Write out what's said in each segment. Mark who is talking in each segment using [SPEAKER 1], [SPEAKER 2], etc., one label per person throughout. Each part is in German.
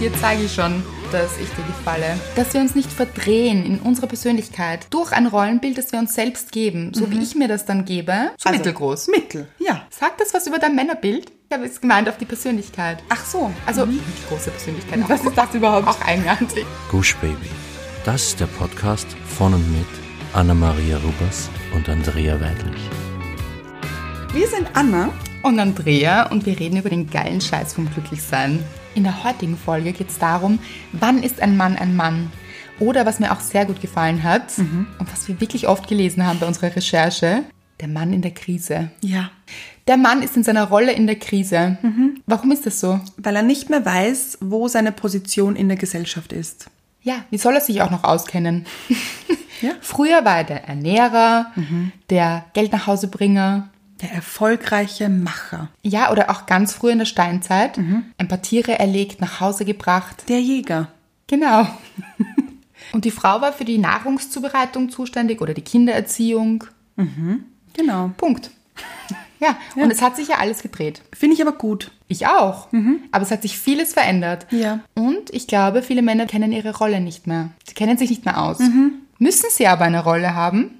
[SPEAKER 1] Dir zeige ich schon, dass ich dir gefalle. Dass wir uns nicht verdrehen in unserer Persönlichkeit durch ein Rollenbild, das wir uns selbst geben. So wie ich mir das dann gebe. Mhm. So
[SPEAKER 2] Also,
[SPEAKER 1] mittelgroß.
[SPEAKER 2] Mittel, ja.
[SPEAKER 1] Sagt das was über dein Männerbild? Ich habe es gemeint auf die Persönlichkeit.
[SPEAKER 2] Ach so.
[SPEAKER 1] Also, die große Persönlichkeit. Was ist das überhaupt? Auch eigenartig.
[SPEAKER 3] Gush Baby. Das ist der Podcast von und mit Anna-Maria Rubers und Andrea Weidlich.
[SPEAKER 2] Wir sind Anna.
[SPEAKER 1] und Andrea und wir reden über den geilen Scheiß vom Glücklichsein. In der heutigen Folge geht es darum, wann ist ein Mann ein Mann? Oder was mir auch sehr gut gefallen hat und was wir wirklich oft gelesen haben bei unserer Recherche, der Mann in der Krise.
[SPEAKER 2] Ja.
[SPEAKER 1] Der Mann ist in seiner Rolle in der Krise. Warum ist das so?
[SPEAKER 2] Weil er nicht mehr weiß, wo seine Position in der Gesellschaft ist.
[SPEAKER 1] Ja, wie soll er sich auch noch auskennen?
[SPEAKER 2] Ja.
[SPEAKER 1] Früher war er der Ernährer, der Geld nach Hause bringer,
[SPEAKER 2] Der erfolgreiche Macher.
[SPEAKER 1] ja, oder auch ganz früh in der Steinzeit, ein paar Tiere erlegt, nach Hause gebracht,
[SPEAKER 2] Der Jäger.
[SPEAKER 1] Genau. Und die Frau war für die Nahrungszubereitung zuständig oder die Kindererziehung.
[SPEAKER 2] Genau.
[SPEAKER 1] Punkt. Ja, und es hat sich ja alles gedreht.
[SPEAKER 2] Finde ich aber gut.
[SPEAKER 1] Ich auch. Aber es hat sich vieles verändert.
[SPEAKER 2] Ja.
[SPEAKER 1] Und ich glaube, viele Männer kennen ihre Rolle nicht mehr. Sie kennen sich nicht mehr aus. Müssen sie aber eine Rolle haben?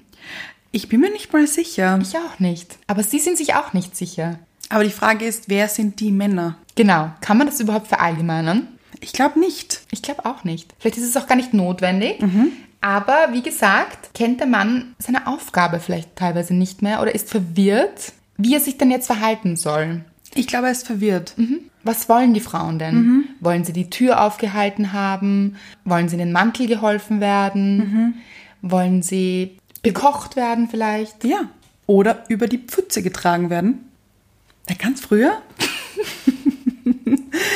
[SPEAKER 2] Ich bin mir nicht mal sicher.
[SPEAKER 1] Ich auch nicht. Aber sie sind sich auch nicht sicher.
[SPEAKER 2] Aber die Frage ist, wer sind die Männer?
[SPEAKER 1] Genau. Kann man das überhaupt verallgemeinern?
[SPEAKER 2] Ich glaube nicht.
[SPEAKER 1] Ich glaube auch nicht. Vielleicht ist es auch gar nicht notwendig. Aber wie gesagt, kennt der Mann seine Aufgabe vielleicht teilweise nicht mehr oder ist verwirrt, wie er sich denn jetzt verhalten soll.
[SPEAKER 2] Ich glaube, er ist verwirrt.
[SPEAKER 1] Was wollen die Frauen denn? Wollen sie die Tür aufgehalten haben? Wollen sie in den Mantel geholfen werden? Wollen sie bekocht werden vielleicht?
[SPEAKER 2] Ja. Oder über die Pfütze getragen werden. Na, ganz früher?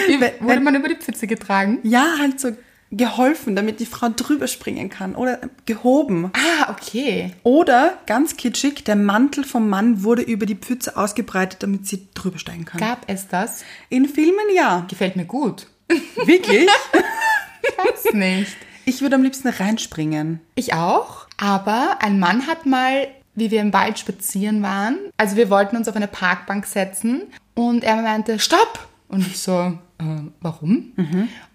[SPEAKER 1] Über, wurde man über die Pfütze getragen?
[SPEAKER 2] Ja, halt so geholfen, damit die Frau drüber springen kann. Oder gehoben.
[SPEAKER 1] Ah, okay.
[SPEAKER 2] Oder, ganz kitschig, der Mantel vom Mann wurde über die Pfütze ausgebreitet, damit sie drüber steigen kann.
[SPEAKER 1] Gab es das?
[SPEAKER 2] In Filmen ja.
[SPEAKER 1] Gefällt mir gut.
[SPEAKER 2] Wirklich?
[SPEAKER 1] Weiß nicht.
[SPEAKER 2] ich würde am liebsten reinspringen.
[SPEAKER 1] Ich auch. Aber ein Mann hat mal, wie wir im Wald spazieren waren, also wir wollten uns auf eine Parkbank setzen und er meinte, stopp! Und ich so, äh, warum?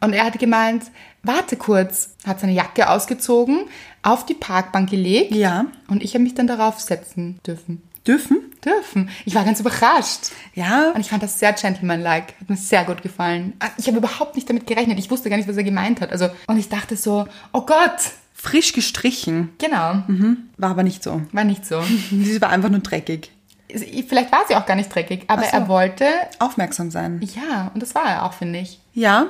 [SPEAKER 1] Und er hat gemeint, warte kurz, hat seine Jacke ausgezogen, auf die Parkbank gelegt.
[SPEAKER 2] Ja.
[SPEAKER 1] Und ich habe mich dann darauf setzen dürfen.
[SPEAKER 2] Dürfen?
[SPEAKER 1] Dürfen. Ich war ganz überrascht.
[SPEAKER 2] Ja.
[SPEAKER 1] Und ich fand das sehr gentlemanlike. Hat mir sehr gut gefallen. Ah, Ich habe überhaupt nicht damit gerechnet. Ich wusste gar nicht, was er gemeint hat. Also, und ich dachte so, oh Gott.
[SPEAKER 2] Frisch gestrichen.
[SPEAKER 1] Genau.
[SPEAKER 2] War aber nicht so.
[SPEAKER 1] War nicht so.
[SPEAKER 2] Sie war einfach nur dreckig.
[SPEAKER 1] Vielleicht war sie auch gar nicht dreckig, aber
[SPEAKER 2] Ach so.
[SPEAKER 1] er wollte,
[SPEAKER 2] Aufmerksam sein.
[SPEAKER 1] ja, und das war er auch, finde ich.
[SPEAKER 2] Ja.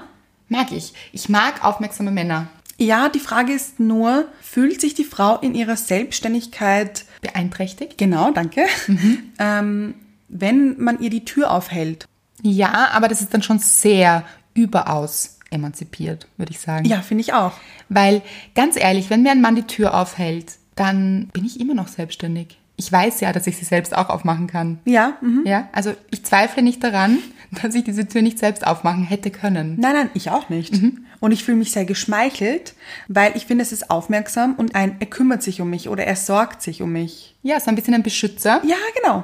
[SPEAKER 1] Mag ich. Ich mag aufmerksame Männer.
[SPEAKER 2] Ja, die Frage ist nur, fühlt sich die Frau in ihrer Selbstständigkeit,
[SPEAKER 1] Beeinträchtigt?
[SPEAKER 2] genau, danke, ähm, wenn man ihr die Tür aufhält?
[SPEAKER 1] Ja, aber das ist dann schon sehr überaus emanzipiert, würde ich sagen.
[SPEAKER 2] Ja, finde ich auch.
[SPEAKER 1] Weil, ganz ehrlich, wenn mir ein Mann die Tür aufhält, dann bin ich immer noch selbstständig. Ich weiß ja, dass ich sie selbst auch aufmachen kann.
[SPEAKER 2] Ja, mhm.
[SPEAKER 1] Ja, also ich zweifle nicht daran, dass ich diese Tür nicht selbst aufmachen hätte können.
[SPEAKER 2] Nein, nein, ich auch nicht. Und ich fühle mich sehr geschmeichelt, weil ich finde, es ist aufmerksam und ein, er kümmert sich um mich oder er sorgt sich um mich.
[SPEAKER 1] Ja, so ein bisschen ein Beschützer.
[SPEAKER 2] Ja, genau.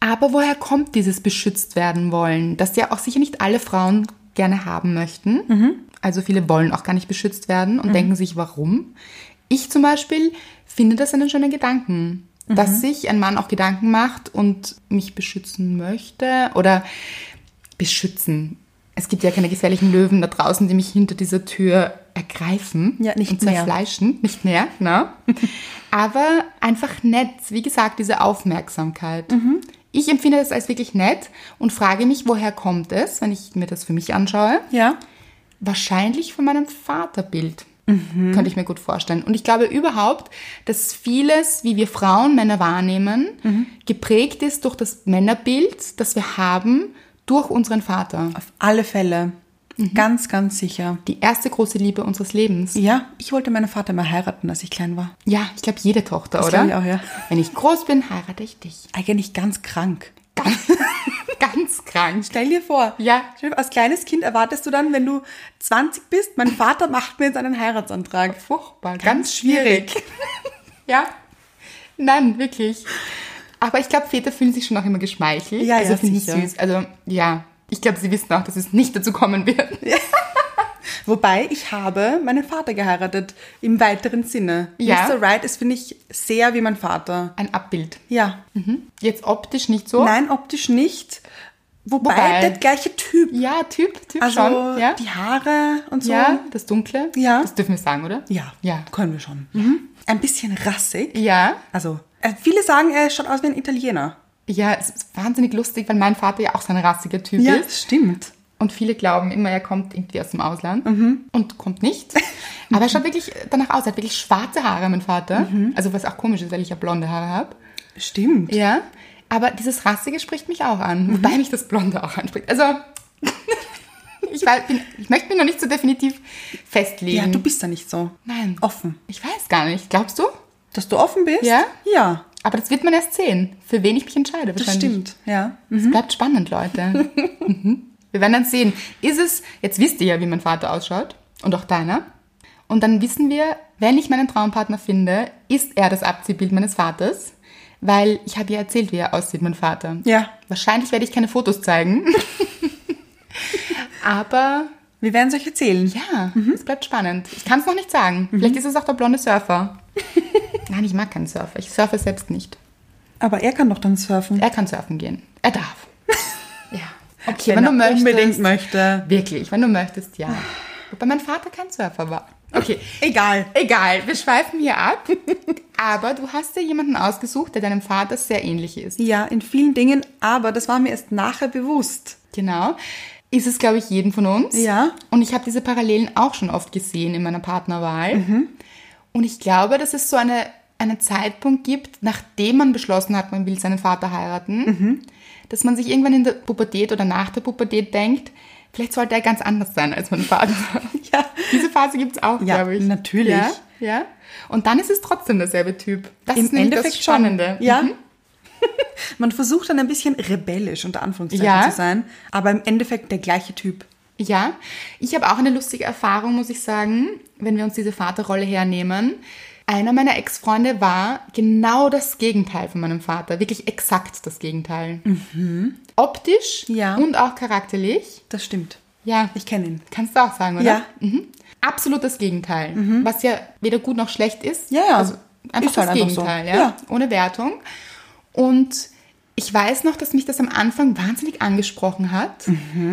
[SPEAKER 1] Aber woher kommt dieses beschützt werden wollen, das ja auch sicher nicht alle Frauen gerne haben möchten? Also viele wollen auch gar nicht beschützt werden und denken sich, warum? Ich zum Beispiel finde das einen schönen Gedanken, dass sich ein Mann auch Gedanken macht und mich beschützen möchte oder beschützen. Es gibt ja keine gefährlichen Löwen da draußen, die mich hinter dieserÜr ergreifen
[SPEAKER 2] Ja, nicht
[SPEAKER 1] und
[SPEAKER 2] mehr.
[SPEAKER 1] zerfleischen, nicht mehr, ne? Aber einfach nett, wie gesagt, diese Aufmerksamkeit.
[SPEAKER 2] Mhm.
[SPEAKER 1] Ich empfinde das als wirklich nett und frage mich, woher kommt es, wenn ich mir das für mich anschaue?
[SPEAKER 2] Ja.
[SPEAKER 1] Wahrscheinlich von meinem Vaterbild.
[SPEAKER 2] Mhm.
[SPEAKER 1] Könnte ich mir gut vorstellen. Und ich glaube überhaupt, dass vieles, wie wir Frauen Männer wahrnehmen,
[SPEAKER 2] Mhm.
[SPEAKER 1] geprägt ist durch das Männerbild, das wir haben, durch unseren Vater.
[SPEAKER 2] Auf alle Fälle. Ganz, ganz sicher.
[SPEAKER 1] Die erste große Liebe unseres Lebens.
[SPEAKER 2] Ja, ich wollte meinen Vater mal heiraten, als ich klein war.
[SPEAKER 1] Ja, ich glaube, jede Tochter,
[SPEAKER 2] Das
[SPEAKER 1] oder?
[SPEAKER 2] glaub ich auch, ja.
[SPEAKER 1] Wenn ich groß bin, heirate ich dich.
[SPEAKER 2] Eigentlich ganz krank.
[SPEAKER 1] Ganz krank.
[SPEAKER 2] Stell dir vor,
[SPEAKER 1] Ja.
[SPEAKER 2] stell dir vor, als kleines Kind erwartest du dann, wenn du 20 bist, mein Vater macht mir jetzt einen Heiratsantrag.
[SPEAKER 1] Furchtbar. Ganz, schwierig. ja. Nein, wirklich. Aber ich glaube, Väter fühlen sich schon auch immer geschmeichelt.
[SPEAKER 2] Ja,
[SPEAKER 1] also
[SPEAKER 2] ja,
[SPEAKER 1] finden es
[SPEAKER 2] sicher.
[SPEAKER 1] süß. Also, ja. Ich glaube, sie wissen auch, dass es nicht dazu kommen wird.
[SPEAKER 2] Wobei ich habe meinen Vater geheiratet, im weiteren Sinne.
[SPEAKER 1] Ja.
[SPEAKER 2] Mr. Right ist, finde ich, sehr wie mein Vater.
[SPEAKER 1] Ein Abbild.
[SPEAKER 2] Ja.
[SPEAKER 1] Jetzt optisch nicht so.
[SPEAKER 2] Nein, optisch nicht. Wobei,
[SPEAKER 1] Wobei.
[SPEAKER 2] der gleiche Typ.
[SPEAKER 1] Ja, Typ, Typ
[SPEAKER 2] Also
[SPEAKER 1] schon. Ja.
[SPEAKER 2] die Haare und so.
[SPEAKER 1] ja, das Dunkle.
[SPEAKER 2] Ja.
[SPEAKER 1] Das dürfen wir sagen, oder?
[SPEAKER 2] Ja,
[SPEAKER 1] Ja. Mhm.
[SPEAKER 2] können wir schon. Ein bisschen rassig.
[SPEAKER 1] Ja.
[SPEAKER 2] Also, äh, viele sagen, er schaut aus wie ein Italiener.
[SPEAKER 1] Ja, es ist wahnsinnig lustig, weil mein Vater ja auch so ein rassiger Typ ist.
[SPEAKER 2] stimmt.
[SPEAKER 1] Und viele glauben immer, er kommt irgendwie aus dem Ausland
[SPEAKER 2] Mhm.
[SPEAKER 1] und kommt nicht. Aber er schaut wirklich danach aus. Er hat wirklich schwarze Haare, mein Vater.
[SPEAKER 2] Mhm.
[SPEAKER 1] Also was auch komisch ist, weil ich ja blonde Haare habe.
[SPEAKER 2] Stimmt.
[SPEAKER 1] Ja. Aber dieses Rassige spricht mich auch
[SPEAKER 2] Mhm.
[SPEAKER 1] an. Wobei mich das Blonde auch anspricht. Also ich, weiß, bin, ich möchte mich noch nicht so definitiv festlegen.
[SPEAKER 2] Ja, du bist da nicht so
[SPEAKER 1] Nein.
[SPEAKER 2] offen.
[SPEAKER 1] Ich weiß gar nicht. Glaubst du?
[SPEAKER 2] Dass du offen bist?
[SPEAKER 1] Ja?
[SPEAKER 2] Ja,
[SPEAKER 1] Aber das wird man erst sehen, für wen ich mich entscheide.
[SPEAKER 2] das
[SPEAKER 1] wahrscheinlich.
[SPEAKER 2] stimmt. Ja.
[SPEAKER 1] Es bleibt spannend, Leute. mhm. Wir werden dann sehen. Ist es, jetzt wisst ihr ja, wie mein Vater ausschaut und auch deiner. Und dann wissen wir, wenn ich meinen Traumpartner finde, ist er das Abziehbild meines Vaters. Weil ich habe ja erzählt, wie er aussieht, mein Vater.
[SPEAKER 2] Ja.
[SPEAKER 1] Wahrscheinlich werde ich keine Fotos zeigen. Aber
[SPEAKER 2] Wir werden es euch erzählen.
[SPEAKER 1] ja, es bleibt spannend. Ich kann es noch nicht sagen. Vielleicht ist es auch der blonde Surfer. Nein, ich mag keinen Surfer. Ich surfe selbst nicht.
[SPEAKER 2] Aber er kann doch dann surfen.
[SPEAKER 1] Er kann surfen gehen. Er darf. ja. Okay, wenn,
[SPEAKER 2] Wenn, er
[SPEAKER 1] du möchtest.
[SPEAKER 2] unbedingt möchte.
[SPEAKER 1] Wirklich, wenn du möchtest, ja. Wobei mein Vater kein Surfer war. Okay.
[SPEAKER 2] Egal.
[SPEAKER 1] Egal, wir schweifen hier ab. Aber du hast dir jemanden ausgesucht, der deinem Vater sehr ähnlich ist.
[SPEAKER 2] Ja, in vielen Dingen, aber das war mir erst nachher bewusst.
[SPEAKER 1] Genau. Ist es, glaube ich, jeden von uns.
[SPEAKER 2] Ja.
[SPEAKER 1] Und ich habe diese Parallelen auch schon oft gesehen in meiner Partnerwahl.
[SPEAKER 2] Mhm.
[SPEAKER 1] Und ich glaube, dass es so eine, einen Zeitpunkt gibt, nachdem man beschlossen hat, man will seinen Vater heiraten,
[SPEAKER 2] Mhm.
[SPEAKER 1] dass man sich irgendwann in der Pubertät oder nach der Pubertät denkt, vielleicht sollte er ganz anders sein als mein Vater.
[SPEAKER 2] Ja.
[SPEAKER 1] Diese Phase gibt es auch,
[SPEAKER 2] Ja,
[SPEAKER 1] glaube ich.
[SPEAKER 2] natürlich.
[SPEAKER 1] Ja, ja. Und dann ist es trotzdem derselbe Typ. Das ist nämlich das
[SPEAKER 2] schon.
[SPEAKER 1] Spannende.
[SPEAKER 2] Ja.
[SPEAKER 1] Mhm.
[SPEAKER 2] Man versucht dann ein bisschen rebellisch unter Anführungszeichen
[SPEAKER 1] Ja.
[SPEAKER 2] zu sein, aber im Endeffekt der gleiche Typ.
[SPEAKER 1] Ja, ich habe auch eine lustige Erfahrung, muss ich sagen, wenn wir uns diese Vaterrolle hernehmen. Einer meiner Ex-Freunde war genau das Gegenteil von meinem Vater, wirklich exakt das Gegenteil. Optisch
[SPEAKER 2] Mhm. Ja.
[SPEAKER 1] und auch charakterlich.
[SPEAKER 2] Das stimmt.
[SPEAKER 1] Ja,
[SPEAKER 2] Ich kenne ihn.
[SPEAKER 1] kannst du auch sagen, oder?
[SPEAKER 2] Ja. Mhm.
[SPEAKER 1] Mhm. Absolut das Gegenteil, was ja weder gut noch schlecht ist.
[SPEAKER 2] Ja, ja.
[SPEAKER 1] Also einfach
[SPEAKER 2] Ist
[SPEAKER 1] das
[SPEAKER 2] halt einfach so.
[SPEAKER 1] Gegenteil, ja?
[SPEAKER 2] Ja.
[SPEAKER 1] Ohne Wertung. Und ich weiß noch, dass mich das am Anfang wahnsinnig angesprochen hat,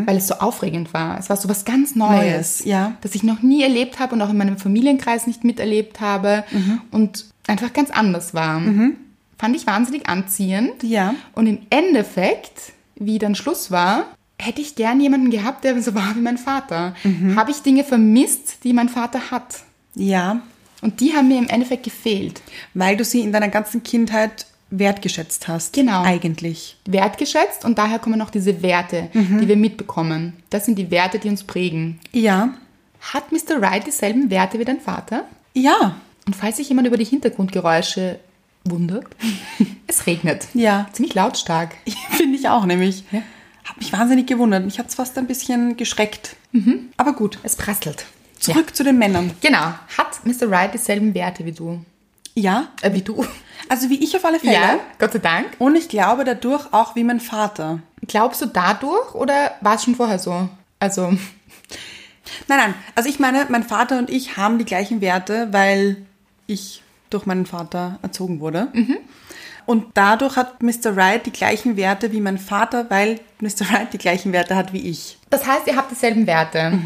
[SPEAKER 1] weil es so aufregend war. Es war so was ganz Neues,
[SPEAKER 2] Mhm. Neues, ja.
[SPEAKER 1] das ich noch nie erlebt habe und auch in meinem Familienkreis nicht miterlebt habe und einfach ganz anders war. Fand ich wahnsinnig anziehend.
[SPEAKER 2] Ja.
[SPEAKER 1] Und im Endeffekt, wie dann Schluss war, hätte ich gern jemanden gehabt, der so war wie mein Vater. Habe ich Dinge vermisst, die mein Vater hat.
[SPEAKER 2] Ja,
[SPEAKER 1] Und die haben mir im Endeffekt gefehlt.
[SPEAKER 2] weil du sie in deiner ganzen Kindheit wertgeschätzt hast.
[SPEAKER 1] Genau.
[SPEAKER 2] Eigentlich.
[SPEAKER 1] Wertgeschätzt und daher kommen auch diese Werte, die wir mitbekommen. Das sind die Werte, die uns prägen.
[SPEAKER 2] Ja.
[SPEAKER 1] Hat Mr. Wright dieselben Werte wie dein Vater?
[SPEAKER 2] Ja.
[SPEAKER 1] Und falls sich jemand über die Hintergrundgeräusche wundert, es regnet.
[SPEAKER 2] Ja.
[SPEAKER 1] Ziemlich lautstark.
[SPEAKER 2] Finde ich auch nämlich. Hab mich wahnsinnig gewundert. Mich hat's fast ein bisschen geschreckt.
[SPEAKER 1] Mhm.
[SPEAKER 2] Aber gut.
[SPEAKER 1] Es prasselt.
[SPEAKER 2] Zurück zu den Männern.
[SPEAKER 1] Genau. Hat Mr. Wright dieselben Werte wie du?
[SPEAKER 2] Ja.
[SPEAKER 1] Äh, wie du?
[SPEAKER 2] Also wie ich auf alle Fälle.
[SPEAKER 1] Gott sei Dank.
[SPEAKER 2] Und ich glaube dadurch auch wie mein Vater.
[SPEAKER 1] Glaubst du dadurch oder war es schon vorher so? Also,
[SPEAKER 2] Nein, nein. Also ich meine, mein Vater und ich haben die gleichen Werte, weil ich durch meinen Vater erzogen wurde. Und dadurch hat Mr. Wright die gleichen Werte wie mein Vater, weil Mr. Wright die gleichen Werte hat wie ich.
[SPEAKER 1] das heißt, ihr habt dieselben Werte.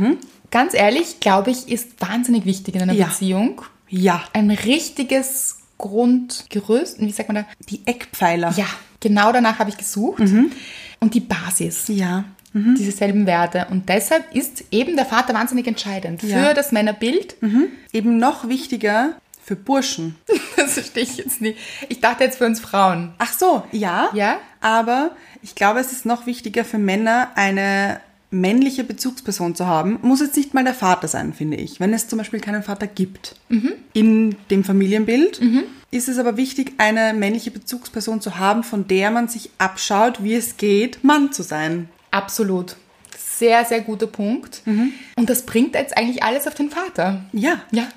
[SPEAKER 1] Ganz ehrlich, glaube ich, ist wahnsinnig wichtig in einer
[SPEAKER 2] Mhm. Ja.
[SPEAKER 1] Beziehung.
[SPEAKER 2] Ja.
[SPEAKER 1] Ein richtiges Grundgerüst, wie sagt man da?
[SPEAKER 2] Die Eckpfeiler.
[SPEAKER 1] Ja, genau danach habe ich gesucht.
[SPEAKER 2] Mhm.
[SPEAKER 1] Und die Basis,
[SPEAKER 2] Ja.
[SPEAKER 1] diese selben Werte. Und deshalb ist eben der Vater wahnsinnig entscheidend
[SPEAKER 2] Ja. Mhm.
[SPEAKER 1] für das Männerbild.
[SPEAKER 2] Eben noch wichtiger für Burschen.
[SPEAKER 1] Das verstehe ich jetzt nicht. Ich dachte jetzt für uns Frauen.
[SPEAKER 2] Ach so, ja.
[SPEAKER 1] Ja.
[SPEAKER 2] Aber ich glaube, es ist noch wichtiger für Männer, eine männliche Bezugsperson zu haben. Muss jetzt nicht mal der Vater sein, finde ich. Wenn es zum Beispiel keinen Vater gibt in dem Familienbild, ist es aber wichtig, eine männliche Bezugsperson zu haben, von der man sich abschaut, wie es geht, Mann zu sein.
[SPEAKER 1] Absolut. Sehr, sehr guter Punkt.
[SPEAKER 2] Mhm.
[SPEAKER 1] Und das bringt jetzt eigentlich alles auf den Vater.
[SPEAKER 2] Ja.
[SPEAKER 1] Ja.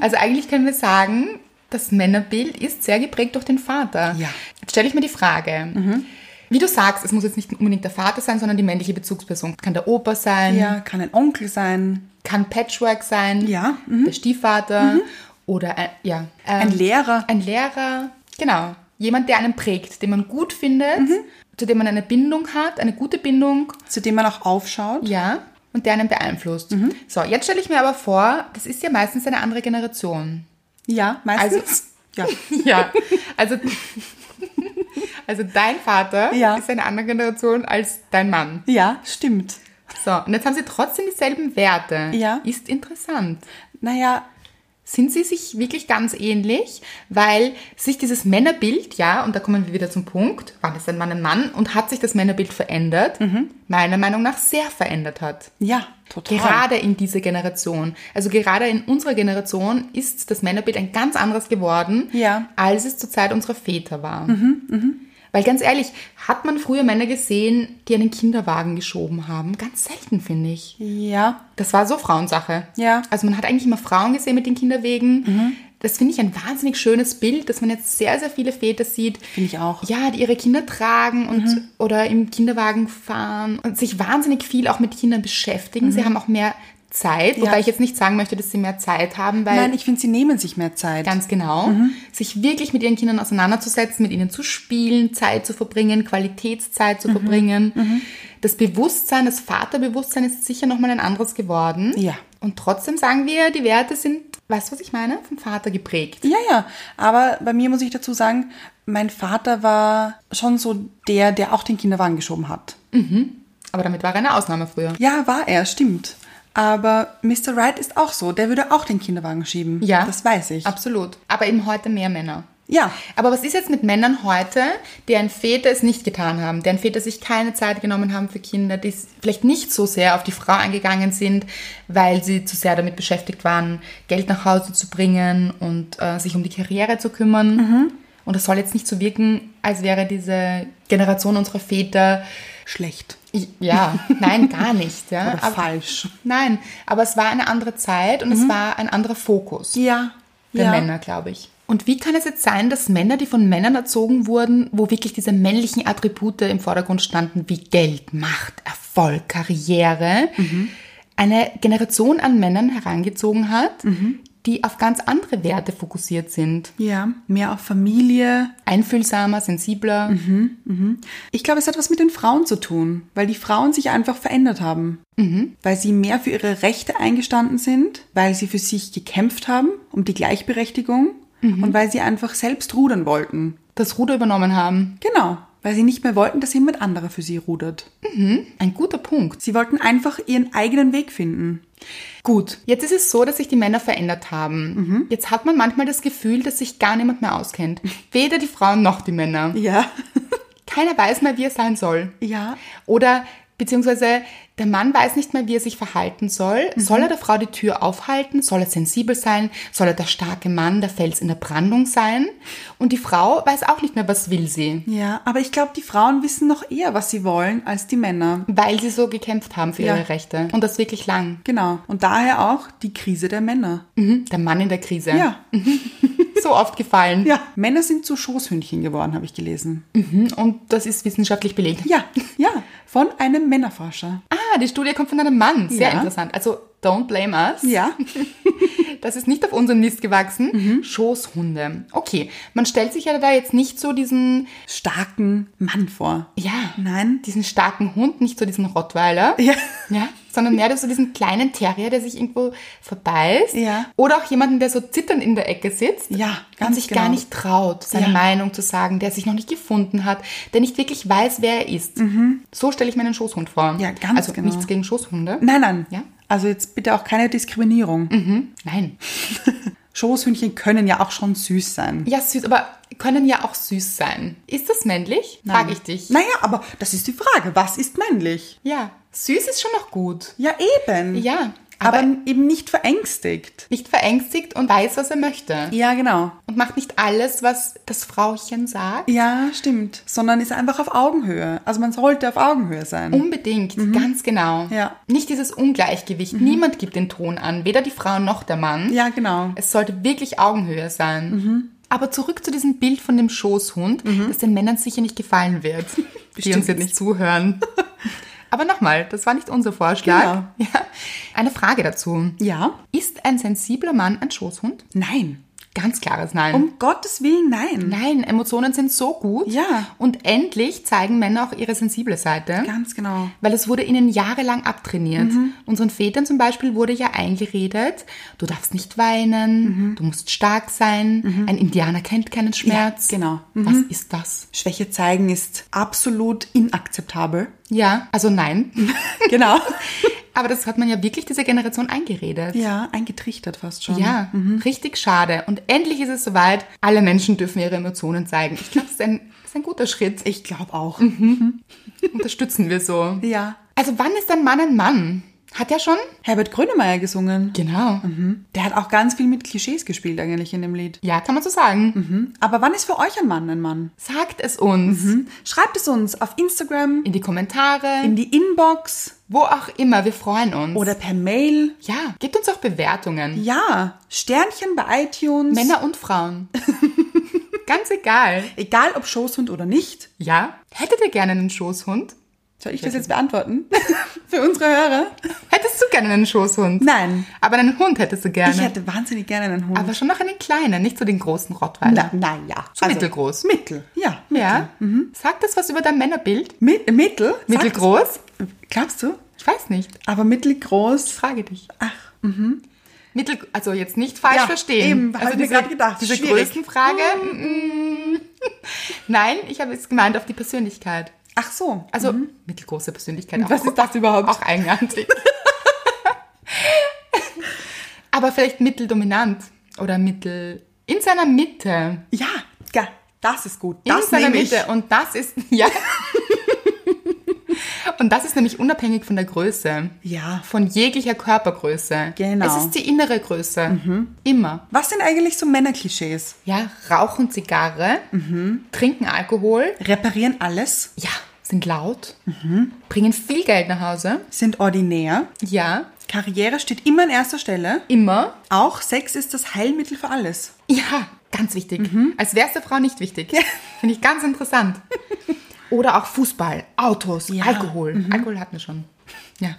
[SPEAKER 1] Also eigentlich können wir sagen, das Männerbild ist sehr geprägt durch den Vater.
[SPEAKER 2] Ja. Mhm.
[SPEAKER 1] Jetzt stelle ich mir die Frage. Wie du sagst, es muss jetzt nicht unbedingt der Vater sein, sondern die männliche Bezugsperson. Kann der Opa sein,
[SPEAKER 2] Ja, kann ein Onkel sein.
[SPEAKER 1] kann Patchwork sein,
[SPEAKER 2] Ja, mhm.
[SPEAKER 1] der Stiefvater oder ein, ja, ähm,
[SPEAKER 2] Ein Lehrer.
[SPEAKER 1] ein Lehrer, genau. Jemand, der einen prägt, den man gut findet,
[SPEAKER 2] Mhm.
[SPEAKER 1] zu dem man eine Bindung hat, eine gute Bindung,
[SPEAKER 2] zu dem man auch aufschaut.
[SPEAKER 1] ja, und der einen beeinflusst.
[SPEAKER 2] Mhm.
[SPEAKER 1] So, jetzt stelle ich mir aber vor, das ist ja meistens eine andere Generation.
[SPEAKER 2] Ja, meistens. ja.
[SPEAKER 1] Ja, also, also dein Vater
[SPEAKER 2] Ja.
[SPEAKER 1] ist eine andere Generation als dein Mann.
[SPEAKER 2] ja, stimmt.
[SPEAKER 1] So, und jetzt haben sie trotzdem dieselben Werte.
[SPEAKER 2] Ja.
[SPEAKER 1] Ist interessant.
[SPEAKER 2] Naja,
[SPEAKER 1] sind sie sich wirklich ganz ähnlich, weil sich dieses Männerbild, ja, und da kommen wir wieder zum Punkt, wann ist ein Mann ein Mann und hat sich das Männerbild verändert, meiner Meinung nach sehr verändert hat.
[SPEAKER 2] ja, Mhm. total.
[SPEAKER 1] Gerade in dieser Generation, also gerade in unserer Generation ist das Männerbild ein ganz anderes geworden,
[SPEAKER 2] Ja. Mhm,
[SPEAKER 1] als es zur Zeit unserer Väter war. Weil ganz ehrlich, hat man früher Männer gesehen, die einen Kinderwagen geschoben haben? Ganz selten, finde ich.
[SPEAKER 2] Ja,
[SPEAKER 1] Das war so Frauensache.
[SPEAKER 2] Ja. Mhm.
[SPEAKER 1] Also man hat eigentlich immer Frauen gesehen mit den Kinderwegen. Das finde ich ein wahnsinnig schönes Bild, dass man jetzt sehr, sehr viele Väter sieht.
[SPEAKER 2] Finde ich auch. Mhm.
[SPEAKER 1] Ja, die ihre Kinder tragen und oder im Kinderwagen fahren und sich wahnsinnig viel auch mit Kindern beschäftigen.
[SPEAKER 2] Mhm.
[SPEAKER 1] Sie haben auch mehr Zeit, wobei ich jetzt nicht sagen möchte, dass sie mehr Zeit haben, weil
[SPEAKER 2] nein, ich finde, sie nehmen sich mehr Zeit.
[SPEAKER 1] ganz genau,
[SPEAKER 2] Mhm.
[SPEAKER 1] sich wirklich mit ihren Kindern auseinanderzusetzen, mit ihnen zu spielen, Zeit zu verbringen, Qualitätszeit
[SPEAKER 2] Mhm.
[SPEAKER 1] zu verbringen. Das Bewusstsein, das Vaterbewusstsein ist sicher nochmal ein anderes geworden.
[SPEAKER 2] Ja.
[SPEAKER 1] Und trotzdem sagen wir, die Werte sind, weißt du, was ich meine? Vom Vater geprägt.
[SPEAKER 2] Ja, ja. Aber bei mir muss ich dazu sagen, mein Vater war schon so der, der auch den Kinderwagen geschoben hat.
[SPEAKER 1] Aber damit war er eine Ausnahme früher.
[SPEAKER 2] Ja, war er, stimmt. Aber Mr. Wright ist auch so. Der würde auch den Kinderwagen schieben. Das weiß ich.
[SPEAKER 1] Absolut. Aber eben heute mehr Männer.
[SPEAKER 2] Ja.
[SPEAKER 1] Aber was ist jetzt mit Männern heute, deren Väter es nicht getan haben, deren Väter sich keine Zeit genommen haben für Kinder, die s- vielleicht nicht so sehr auf die Frau eingegangen sind, weil sie zu sehr damit beschäftigt waren, Geld nach Hause zu bringen und äh, sich um die Karriere zu kümmern.
[SPEAKER 2] Mhm.
[SPEAKER 1] Und das soll jetzt nicht so wirken, als wäre diese Generation unserer Väter,
[SPEAKER 2] Schlecht.
[SPEAKER 1] i- ja, nein, gar nicht. Ja.
[SPEAKER 2] Oder
[SPEAKER 1] aber,
[SPEAKER 2] falsch. Mhm.
[SPEAKER 1] nein, aber es war eine andere Zeit und es war ein anderer Fokus
[SPEAKER 2] Ja.
[SPEAKER 1] der
[SPEAKER 2] ja.
[SPEAKER 1] Männer, glaube ich. Und wie kann es jetzt sein, dass Männer, die von Männern erzogen wurden, wo wirklich diese männlichen Attribute im Vordergrund standen, wie Geld, Macht, Erfolg, Karriere, eine Generation an Männern herangezogen hat, die auf ganz andere Werte fokussiert sind?
[SPEAKER 2] Ja. Mehr auf Familie.
[SPEAKER 1] Einfühlsamer, sensibler.
[SPEAKER 2] Ich glaube, es hat was mit den Frauen zu tun, weil die Frauen sich einfach verändert haben. Weil sie mehr für ihre Rechte eingestanden sind, weil sie für sich gekämpft haben, um die Gleichberechtigung und weil sie einfach selbst rudern wollten.
[SPEAKER 1] Das Ruder übernommen haben.
[SPEAKER 2] Genau, weil sie nicht mehr wollten, dass jemand anderer für sie rudert.
[SPEAKER 1] Ein guter Punkt.
[SPEAKER 2] Sie wollten einfach ihren eigenen Weg finden.
[SPEAKER 1] Gut, jetzt ist es so, dass sich die Männer verändert haben. Jetzt hat man manchmal das Gefühl, dass sich gar niemand mehr auskennt. Weder die Frauen noch die Männer.
[SPEAKER 2] Ja.
[SPEAKER 1] Keiner weiß mehr, wie er sein soll.
[SPEAKER 2] Ja.
[SPEAKER 1] Oder beziehungsweise der Mann weiß nicht mehr, wie er sich verhalten soll.
[SPEAKER 2] Mhm.
[SPEAKER 1] Soll er der Frau die Tür aufhalten? Soll er sensibel sein? Soll er der starke Mann, der Fels in der Brandung sein? Und die Frau weiß auch nicht mehr, was will sie,
[SPEAKER 2] Ja, aber ich glaube, die Frauen wissen noch eher, was sie wollen, als die Männer.
[SPEAKER 1] weil sie so gekämpft haben für
[SPEAKER 2] Ja.
[SPEAKER 1] ihre Rechte. Und das wirklich lang.
[SPEAKER 2] Genau. Und daher auch die Krise der Männer.
[SPEAKER 1] Mhm. Der Mann in der Krise.
[SPEAKER 2] Ja. Mhm.
[SPEAKER 1] So oft gefallen.
[SPEAKER 2] Ja. Männer sind zu Schoßhündchen geworden, habe ich gelesen.
[SPEAKER 1] Und das ist wissenschaftlich belegt.
[SPEAKER 2] Ja, ja, von einem Männerforscher.
[SPEAKER 1] Ah, die Studie kommt von einem Mann. Sehr
[SPEAKER 2] Ja.
[SPEAKER 1] interessant. Also, don't blame us.
[SPEAKER 2] Ja,
[SPEAKER 1] Das ist nicht auf unserem Mist gewachsen.
[SPEAKER 2] Mhm.
[SPEAKER 1] Schoßhunde. Okay, man stellt sich ja da jetzt nicht so diesen,
[SPEAKER 2] starken Mann vor.
[SPEAKER 1] ja,
[SPEAKER 2] Nein.
[SPEAKER 1] diesen starken Hund, nicht so diesen Rottweiler,
[SPEAKER 2] Ja.
[SPEAKER 1] ja, sondern mehr so diesen kleinen Terrier, der sich irgendwo verbeißt.
[SPEAKER 2] Ja.
[SPEAKER 1] Oder auch jemanden, der so zitternd in der Ecke sitzt
[SPEAKER 2] Ja,
[SPEAKER 1] und
[SPEAKER 2] ganz
[SPEAKER 1] sich
[SPEAKER 2] genau.
[SPEAKER 1] gar nicht traut, seine
[SPEAKER 2] Ja.
[SPEAKER 1] Meinung zu sagen, der sich noch nicht gefunden hat, der nicht wirklich weiß, wer er ist. So stelle ich mir einen Schoßhund vor.
[SPEAKER 2] Mhm. Ja, ganz
[SPEAKER 1] also
[SPEAKER 2] genau.
[SPEAKER 1] nichts gegen Schoßhunde.
[SPEAKER 2] Nein, nein.
[SPEAKER 1] Ja. Mhm.
[SPEAKER 2] Also jetzt bitte auch keine Diskriminierung.
[SPEAKER 1] Nein.
[SPEAKER 2] Schoßhündchen können ja auch schon süß sein.
[SPEAKER 1] Ja, süß, aber können ja auch süß sein. Ist das männlich? Frage ich dich.
[SPEAKER 2] Naja, aber das ist die Frage. Was ist männlich?
[SPEAKER 1] Ja, süß ist schon noch gut.
[SPEAKER 2] Ja, eben.
[SPEAKER 1] Ja,
[SPEAKER 2] Aber,
[SPEAKER 1] aber,
[SPEAKER 2] eben nicht verängstigt.
[SPEAKER 1] nicht verängstigt und weiß, was er möchte.
[SPEAKER 2] Ja, genau.
[SPEAKER 1] Und macht nicht alles, was das Frauchen sagt.
[SPEAKER 2] Ja, stimmt. Sondern ist einfach auf Augenhöhe. Also man sollte auf Augenhöhe sein.
[SPEAKER 1] Um Unbedingt, ganz genau.
[SPEAKER 2] Mhm. Ja. Mhm.
[SPEAKER 1] Nicht dieses Ungleichgewicht. Niemand gibt den Ton an, weder die Frau noch der Mann.
[SPEAKER 2] Ja, Mhm. genau.
[SPEAKER 1] Es sollte wirklich Augenhöhe sein. Aber zurück zu diesem Bild von dem Schoßhund, das den Männern sicher nicht gefallen wird, die
[SPEAKER 2] Mhm. Bestimmt
[SPEAKER 1] uns jetzt
[SPEAKER 2] nicht. Genau.
[SPEAKER 1] zuhören. Aber nochmal, das war nicht unser Vorschlag. Ja. Eine Frage dazu.
[SPEAKER 2] Ja?
[SPEAKER 1] Ist ein sensibler Mann ein Schoßhund?
[SPEAKER 2] Nein.
[SPEAKER 1] Ganz klares Nein.
[SPEAKER 2] Um Gottes Willen, nein.
[SPEAKER 1] Nein, Emotionen sind so gut.
[SPEAKER 2] Ja.
[SPEAKER 1] Und endlich zeigen Männer auch ihre sensible Seite.
[SPEAKER 2] Ganz Mhm. genau.
[SPEAKER 1] Weil es wurde ihnen jahrelang abtrainiert. Unseren Vätern zum Beispiel wurde ja eingeredet, du darfst nicht weinen, du musst stark sein, ein Indianer kennt keinen Schmerz.
[SPEAKER 2] Mhm. Ja, genau. Mhm.
[SPEAKER 1] Was ist das?
[SPEAKER 2] Schwäche zeigen ist absolut inakzeptabel.
[SPEAKER 1] Ja, also nein.
[SPEAKER 2] Genau.
[SPEAKER 1] Aber das hat man ja wirklich dieser Generation eingeredet.
[SPEAKER 2] ja, Mhm. eingetrichtert fast schon.
[SPEAKER 1] Ja, richtig schade. Und endlich ist es soweit, alle Menschen dürfen ihre Emotionen zeigen. Ich glaube, es ist ein, es ist ein guter Schritt.
[SPEAKER 2] Ich glaube auch.
[SPEAKER 1] Unterstützen wir so.
[SPEAKER 2] Ja.
[SPEAKER 1] Also wann ist ein Mann ein Mann? Hat er schon?
[SPEAKER 2] Herbert Grönemeyer gesungen.
[SPEAKER 1] Genau.
[SPEAKER 2] Der hat auch ganz viel mit Klischees gespielt eigentlich in dem Lied.
[SPEAKER 1] Ja, kann man so sagen.
[SPEAKER 2] Mhm. Aber wann ist für euch ein Mann ein Mann?
[SPEAKER 1] Sagt es uns
[SPEAKER 2] Schreibt es uns auf Instagram,
[SPEAKER 1] in die Kommentare,
[SPEAKER 2] Mhm. in die Inbox
[SPEAKER 1] wo auch immer. Wir freuen uns.
[SPEAKER 2] oder per Mail.
[SPEAKER 1] ja, gebt uns auch Bewertungen.
[SPEAKER 2] Ja, Sternchen bei iTunes.
[SPEAKER 1] Männer und Frauen. Ganz egal.
[SPEAKER 2] Egal ob Schoßhund oder nicht.
[SPEAKER 1] Ja, hättet ihr gerne einen Schoßhund?
[SPEAKER 2] Soll ich das jetzt beantworten? Für unsere Hörer?
[SPEAKER 1] Hättest du gerne einen Schoßhund?
[SPEAKER 2] Nein.
[SPEAKER 1] Aber einen Hund hättest du gerne.
[SPEAKER 2] Ich hätte wahnsinnig gerne einen Hund.
[SPEAKER 1] Aber schon noch einen kleinen, nicht so den großen Rottweiler.
[SPEAKER 2] Na, naja.
[SPEAKER 1] So mittelgroß.
[SPEAKER 2] Mittel, ja.
[SPEAKER 1] Ja.
[SPEAKER 2] Mhm.
[SPEAKER 1] Sagt das was über dein Männerbild?
[SPEAKER 2] Mit, mittel? Sagst-
[SPEAKER 1] Mittelgroß?
[SPEAKER 2] Glaubst du?
[SPEAKER 1] Ich weiß nicht.
[SPEAKER 2] Aber mittelgroß.
[SPEAKER 1] Frage dich. Mhm.
[SPEAKER 2] Ach,
[SPEAKER 1] Mittel, also jetzt nicht falsch
[SPEAKER 2] Ja,
[SPEAKER 1] verstehen.
[SPEAKER 2] eben, hab
[SPEAKER 1] also
[SPEAKER 2] ich mir
[SPEAKER 1] diese-
[SPEAKER 2] grad gedacht.
[SPEAKER 1] Diese
[SPEAKER 2] Schwierig. Mhm.
[SPEAKER 1] Größenfrage. mm. Nein, ich habe jetzt gemeint auf die Persönlichkeit.
[SPEAKER 2] ach so.
[SPEAKER 1] Also mittelgroße Persönlichkeit. Auch,
[SPEAKER 2] Mhm. Was ist das überhaupt?
[SPEAKER 1] auch eigenartig. Aber vielleicht mitteldominant oder mittel in seiner Mitte.
[SPEAKER 2] Ja, ja, das ist gut.
[SPEAKER 1] In
[SPEAKER 2] Das
[SPEAKER 1] seiner
[SPEAKER 2] nehme ich.
[SPEAKER 1] Mitte. Und das ist ja. Und das ist nämlich unabhängig von der Größe.
[SPEAKER 2] Ja.
[SPEAKER 1] Von jeglicher Körpergröße.
[SPEAKER 2] Genau. Mhm.
[SPEAKER 1] Es ist die innere Größe. Immer.
[SPEAKER 2] Was sind eigentlich so Männerklischees?
[SPEAKER 1] Ja, rauchen Zigarre,
[SPEAKER 2] Mhm.
[SPEAKER 1] trinken Alkohol,
[SPEAKER 2] Reparieren alles,
[SPEAKER 1] ja, sind laut,
[SPEAKER 2] Mhm.
[SPEAKER 1] bringen viel Geld nach Hause,
[SPEAKER 2] sind ordinär,
[SPEAKER 1] ja,
[SPEAKER 2] Karriere steht immer an erster Stelle.
[SPEAKER 1] immer,
[SPEAKER 2] Auch Sex ist das Heilmittel für alles.
[SPEAKER 1] ja, ganz wichtig.
[SPEAKER 2] Mhm.
[SPEAKER 1] Als wäre es der Frau nicht wichtig. Finde ich ganz interessant. Oder auch Fußball, Autos, Alkohol.
[SPEAKER 2] Mhm.
[SPEAKER 1] Alkohol hatten wir schon. Ja,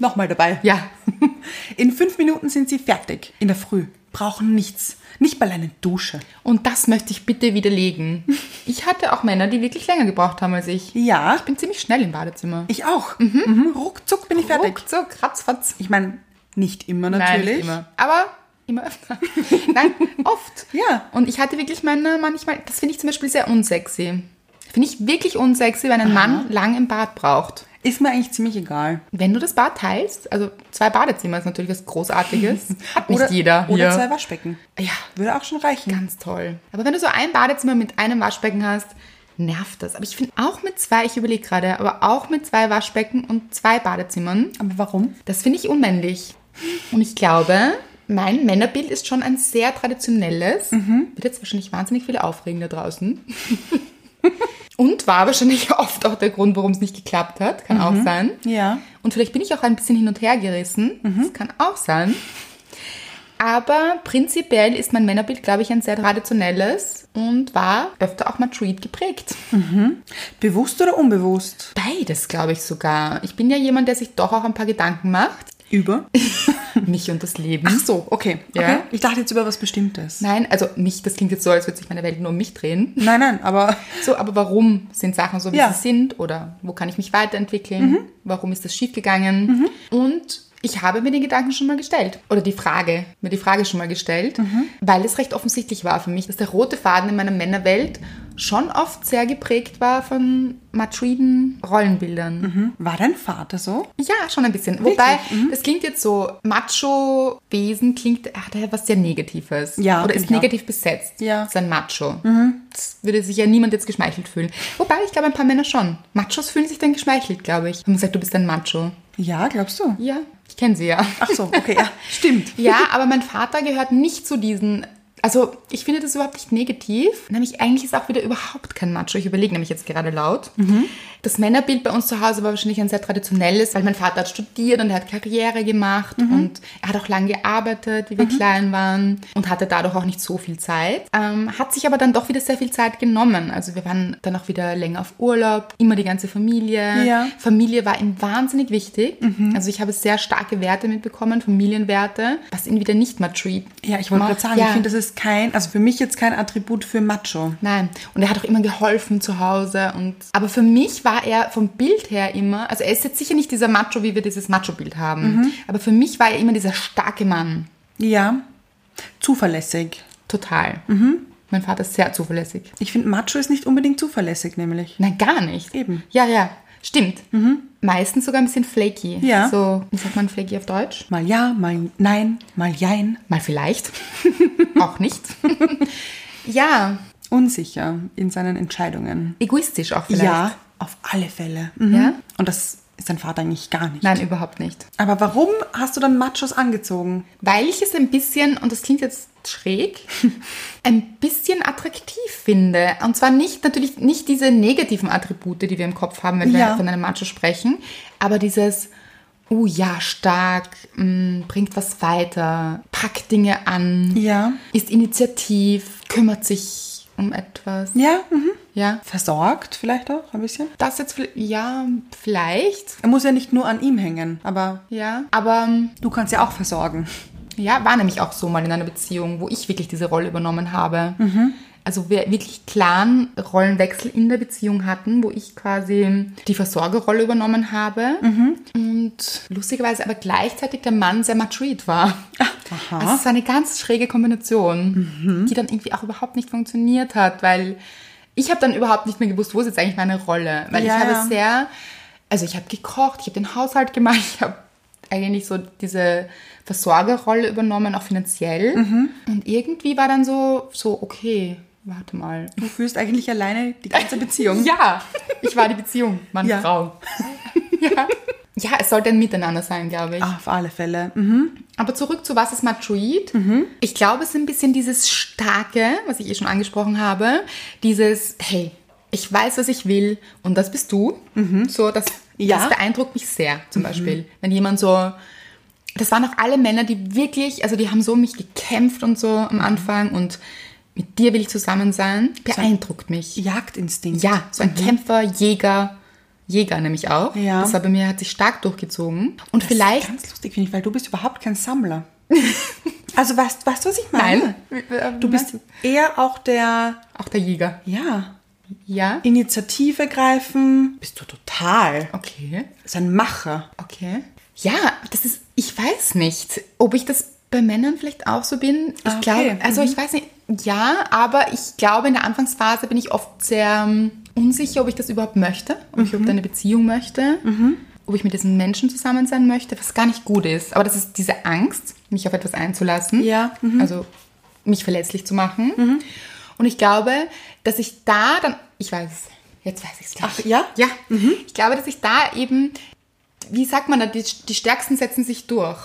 [SPEAKER 2] Nochmal dabei.
[SPEAKER 1] ja,
[SPEAKER 2] In fünf Minuten sind sie fertig. In der Früh. Brauchen nichts. Nicht mal eine Dusche.
[SPEAKER 1] und das möchte ich bitte widerlegen. Ich hatte auch Männer, die wirklich länger gebraucht haben als ich. Ich
[SPEAKER 2] Ja,
[SPEAKER 1] bin ziemlich schnell im Badezimmer.
[SPEAKER 2] ich auch. Mhm. Ruckzuck bin ich fertig.
[SPEAKER 1] Ruckzuck, ratzfatz.
[SPEAKER 2] Ich meine, nicht immer
[SPEAKER 1] Nein,
[SPEAKER 2] natürlich.
[SPEAKER 1] nicht immer. Aber immer öfter. Nein, oft.
[SPEAKER 2] Ja.
[SPEAKER 1] Und ich hatte wirklich meine manchmal, das finde ich zum Beispiel sehr unsexy. Finde ich wirklich unsexy, wenn ein Mann lang im Bad braucht.
[SPEAKER 2] Ist mir eigentlich ziemlich egal.
[SPEAKER 1] Wenn du das Bad teilst, also zwei Badezimmer ist natürlich was Großartiges. Hat nicht jeder.
[SPEAKER 2] Oder
[SPEAKER 1] hier.
[SPEAKER 2] zwei Waschbecken.
[SPEAKER 1] Ja,
[SPEAKER 2] Würde auch schon reichen.
[SPEAKER 1] ganz toll. Aber wenn du so ein Badezimmer mit einem Waschbecken hast, nervt das. Aber ich finde auch mit zwei, ich überlege gerade, aber auch mit zwei Waschbecken und zwei Badezimmern
[SPEAKER 2] Aber warum?
[SPEAKER 1] Das finde ich unmännlich. Und ich glaube, mein Männerbild ist schon ein sehr traditionelles. Wird jetzt wahrscheinlich wahnsinnig viele aufregen da draußen. Und war wahrscheinlich oft auch der Grund, warum es nicht geklappt hat. Kann
[SPEAKER 2] Mhm.
[SPEAKER 1] auch sein.
[SPEAKER 2] Ja.
[SPEAKER 1] Und vielleicht bin ich auch ein bisschen hin und her gerissen.
[SPEAKER 2] Mhm.
[SPEAKER 1] Das kann auch sein. Aber prinzipiell ist mein Männerbild, glaube ich, ein sehr traditionelles und war öfter auch mal Treat geprägt.
[SPEAKER 2] Bewusst oder unbewusst?
[SPEAKER 1] Beides, glaube ich sogar. Ich bin ja jemand, der sich doch auch ein paar Gedanken macht.
[SPEAKER 2] Über?
[SPEAKER 1] Mich und das Leben.
[SPEAKER 2] Ach so, Oh, okay.
[SPEAKER 1] Ja.
[SPEAKER 2] okay. Ich dachte jetzt über was Bestimmtes.
[SPEAKER 1] Nein, also mich, das klingt jetzt so, als würde sich meine Welt nur um mich drehen.
[SPEAKER 2] Nein, nein, aber
[SPEAKER 1] So, aber warum sind Sachen so, wie
[SPEAKER 2] Ja.
[SPEAKER 1] sie sind? Oder wo kann ich mich weiterentwickeln? Warum ist das schiefgegangen? Und ich habe mir den Gedanken schon mal gestellt. Oder die Frage, mir die Frage schon mal gestellt, weil es recht offensichtlich war für mich, dass der rote Faden in meiner Männerwelt schon oft sehr geprägt war von matriden Rollenbildern.
[SPEAKER 2] hm, war dein Vater so?
[SPEAKER 1] Ja, schon ein bisschen. Wobei,
[SPEAKER 2] Mhm.
[SPEAKER 1] das klingt jetzt so, Macho-Wesen klingt, ah, hat er was sehr Negatives.
[SPEAKER 2] Ja,
[SPEAKER 1] Oder
[SPEAKER 2] finde
[SPEAKER 1] ist
[SPEAKER 2] ich auch.
[SPEAKER 1] negativ besetzt.
[SPEAKER 2] Ja. Mhm.
[SPEAKER 1] Ist ein Macho. Das würde sich ja niemand jetzt geschmeichelt fühlen. Wobei, ich glaube, ein paar Männer schon. Machos fühlen sich dann geschmeichelt, glaube ich. Wenn man sagt, du bist ein Macho.
[SPEAKER 2] Ja, glaubst du?
[SPEAKER 1] Ja, ich kenne sie ja.
[SPEAKER 2] Ach so, okay, ja, stimmt.
[SPEAKER 1] Ja, aber mein Vater gehört nicht zu diesen. Also, ich finde das überhaupt nicht negativ. Nämlich, eigentlich ist er auch wieder überhaupt kein Macho. Ich überlege nämlich jetzt gerade laut. Das Männerbild bei uns zu Hause war wahrscheinlich ein sehr traditionelles, weil mein Vater hat studiert und er hat Karriere gemacht und er hat auch lange gearbeitet, wie wir klein waren und hatte dadurch auch nicht so viel Zeit. Ähm, hat sich aber dann doch wieder sehr viel Zeit genommen. Also wir waren dann auch wieder länger auf Urlaub, immer die ganze Familie.
[SPEAKER 2] Ja.
[SPEAKER 1] Familie war ihm wahnsinnig wichtig.
[SPEAKER 2] Mhm.
[SPEAKER 1] Also ich habe sehr starke Werte mitbekommen, Familienwerte, was ihn wieder nicht Macho
[SPEAKER 2] Ja, ich wollte
[SPEAKER 1] macht.
[SPEAKER 2] gerade sagen,
[SPEAKER 1] Ja.
[SPEAKER 2] ich finde, das ist kein, also für mich jetzt kein Attribut für Macho.
[SPEAKER 1] Nein. Und er hat auch immer geholfen zu Hause. Und, aber für mich war er vom Bild her immer, also er ist jetzt sicher nicht dieser Macho, wie wir dieses Macho-Bild haben.
[SPEAKER 2] Mhm.
[SPEAKER 1] Aber für mich war er immer dieser starke Mann.
[SPEAKER 2] Ja, zuverlässig.
[SPEAKER 1] Total.
[SPEAKER 2] Mhm.
[SPEAKER 1] Mein Vater ist sehr zuverlässig.
[SPEAKER 2] Ich finde, Macho ist nicht unbedingt zuverlässig, nämlich.
[SPEAKER 1] Nein, gar nicht.
[SPEAKER 2] Eben. Mhm.
[SPEAKER 1] Ja, ja. Stimmt. Meistens sogar ein bisschen flaky.
[SPEAKER 2] Ja.
[SPEAKER 1] So, wie sagt man flaky auf Deutsch?
[SPEAKER 2] Mal ja, mal nein, mal jein.
[SPEAKER 1] Mal vielleicht. auch nicht. ja.
[SPEAKER 2] Unsicher in seinen Entscheidungen.
[SPEAKER 1] Egoistisch auch vielleicht.
[SPEAKER 2] Ja, auf alle Fälle. Mhm.
[SPEAKER 1] Ja?
[SPEAKER 2] Und das ist dein Vater eigentlich gar nicht.
[SPEAKER 1] Nein, überhaupt nicht.
[SPEAKER 2] Aber warum hast du dann Machos angezogen?
[SPEAKER 1] weil ich es ein bisschen, und das klingt jetzt schräg, ein bisschen attraktiv finde. Und zwar nicht, natürlich nicht diese negativen Attribute, die wir im Kopf haben, wenn
[SPEAKER 2] Ja.
[SPEAKER 1] wir von einem Macho sprechen, aber dieses, oh ja, stark, mm, bringt was weiter, packt Dinge an,
[SPEAKER 2] Ja.
[SPEAKER 1] ist initiativ, kümmert sich um etwas.
[SPEAKER 2] Ja, mhm.
[SPEAKER 1] Ja.
[SPEAKER 2] versorgt vielleicht auch ein bisschen.
[SPEAKER 1] Das jetzt, vi- ja, vielleicht,
[SPEAKER 2] Er muss ja nicht nur an ihm hängen, aber
[SPEAKER 1] ja. Aber mm,
[SPEAKER 2] du kannst ja auch versorgen.
[SPEAKER 1] Ja, war nämlich auch so mal in einer Beziehung, wo ich wirklich diese Rolle übernommen habe. Also wir wirklich klaren Rollenwechsel in der Beziehung hatten, wo ich quasi die Versorgerrolle übernommen habe und lustigerweise aber gleichzeitig der Mann sehr machoid war.
[SPEAKER 2] Ah, Aha. Mhm.
[SPEAKER 1] Also es war eine ganz schräge Kombination, die dann irgendwie auch überhaupt nicht funktioniert hat, weil ich habe dann überhaupt nicht mehr gewusst, wo ist jetzt eigentlich meine Rolle, weil
[SPEAKER 2] Ja,
[SPEAKER 1] ich habe
[SPEAKER 2] ja.
[SPEAKER 1] sehr, also ich habe gekocht, ich habe den Haushalt gemacht, ich habe eigentlich so diese Versorgerrolle übernommen, auch finanziell.
[SPEAKER 2] Mhm.
[SPEAKER 1] Und irgendwie war dann so, so okay, warte mal.
[SPEAKER 2] Du führst eigentlich alleine die ganze Beziehung.
[SPEAKER 1] Ja, ich war die Beziehung, Mann,
[SPEAKER 2] Ja.
[SPEAKER 1] Frau. ja. ja, es sollte ein Miteinander sein, glaube ich.
[SPEAKER 2] Auf alle Fälle. Mhm.
[SPEAKER 1] Aber zurück zu was ist Matroid? Ich glaube, es ist ein bisschen dieses Starke, was ich eh schon angesprochen habe. Dieses, hey, ich weiß, was ich will und das bist du. So, das,
[SPEAKER 2] Mhm. Ja. Mhm.
[SPEAKER 1] das beeindruckt mich sehr, zum Beispiel. Wenn jemand so, das waren auch alle Männer, die wirklich, also die haben so um mich gekämpft und so
[SPEAKER 2] Mhm.
[SPEAKER 1] am Anfang und mit dir will ich zusammen sein, beeindruckt mich.
[SPEAKER 2] Jagdinstinkt.
[SPEAKER 1] Ja, so ein Kämpfer, Jäger, Jäger nämlich auch.
[SPEAKER 2] Mhm. Ja.
[SPEAKER 1] Das war bei mir, hat sich stark durchgezogen. Und vielleicht
[SPEAKER 2] Das ist ganz lustig, finde ich, weil du bist überhaupt kein Sammler. also weißt weißt du, was ich meine?
[SPEAKER 1] Nein.
[SPEAKER 2] Du bist eher auch der,
[SPEAKER 1] auch der Jäger.
[SPEAKER 2] ja,
[SPEAKER 1] Ja.
[SPEAKER 2] Initiative greifen. Bist du total.
[SPEAKER 1] Okay.
[SPEAKER 2] Ist ein Macher.
[SPEAKER 1] Okay. Ja, das ist, ich weiß nicht, ob ich das bei Männern vielleicht auch so bin. Ich
[SPEAKER 2] Ah, okay.
[SPEAKER 1] glaube, also ich weiß nicht, ja, aber ich glaube, in der Anfangsphase bin ich oft sehr ähm, unsicher, ob ich das überhaupt möchte, ob ich
[SPEAKER 2] Mhm.
[SPEAKER 1] überhaupt eine Beziehung möchte, ob ich mit diesen Menschen zusammen sein möchte, was gar nicht gut ist. Aber das ist diese Angst, mich auf etwas einzulassen.
[SPEAKER 2] Ja, mhm.
[SPEAKER 1] Also mich verletzlich zu machen. Und ich glaube, dass ich da dann, ich weiß, jetzt weiß ich es gleich.
[SPEAKER 2] Ach, ja?
[SPEAKER 1] Ja.
[SPEAKER 2] Mhm.
[SPEAKER 1] Ich glaube, dass ich da eben, wie sagt man da, die, die Stärksten setzen sich durch.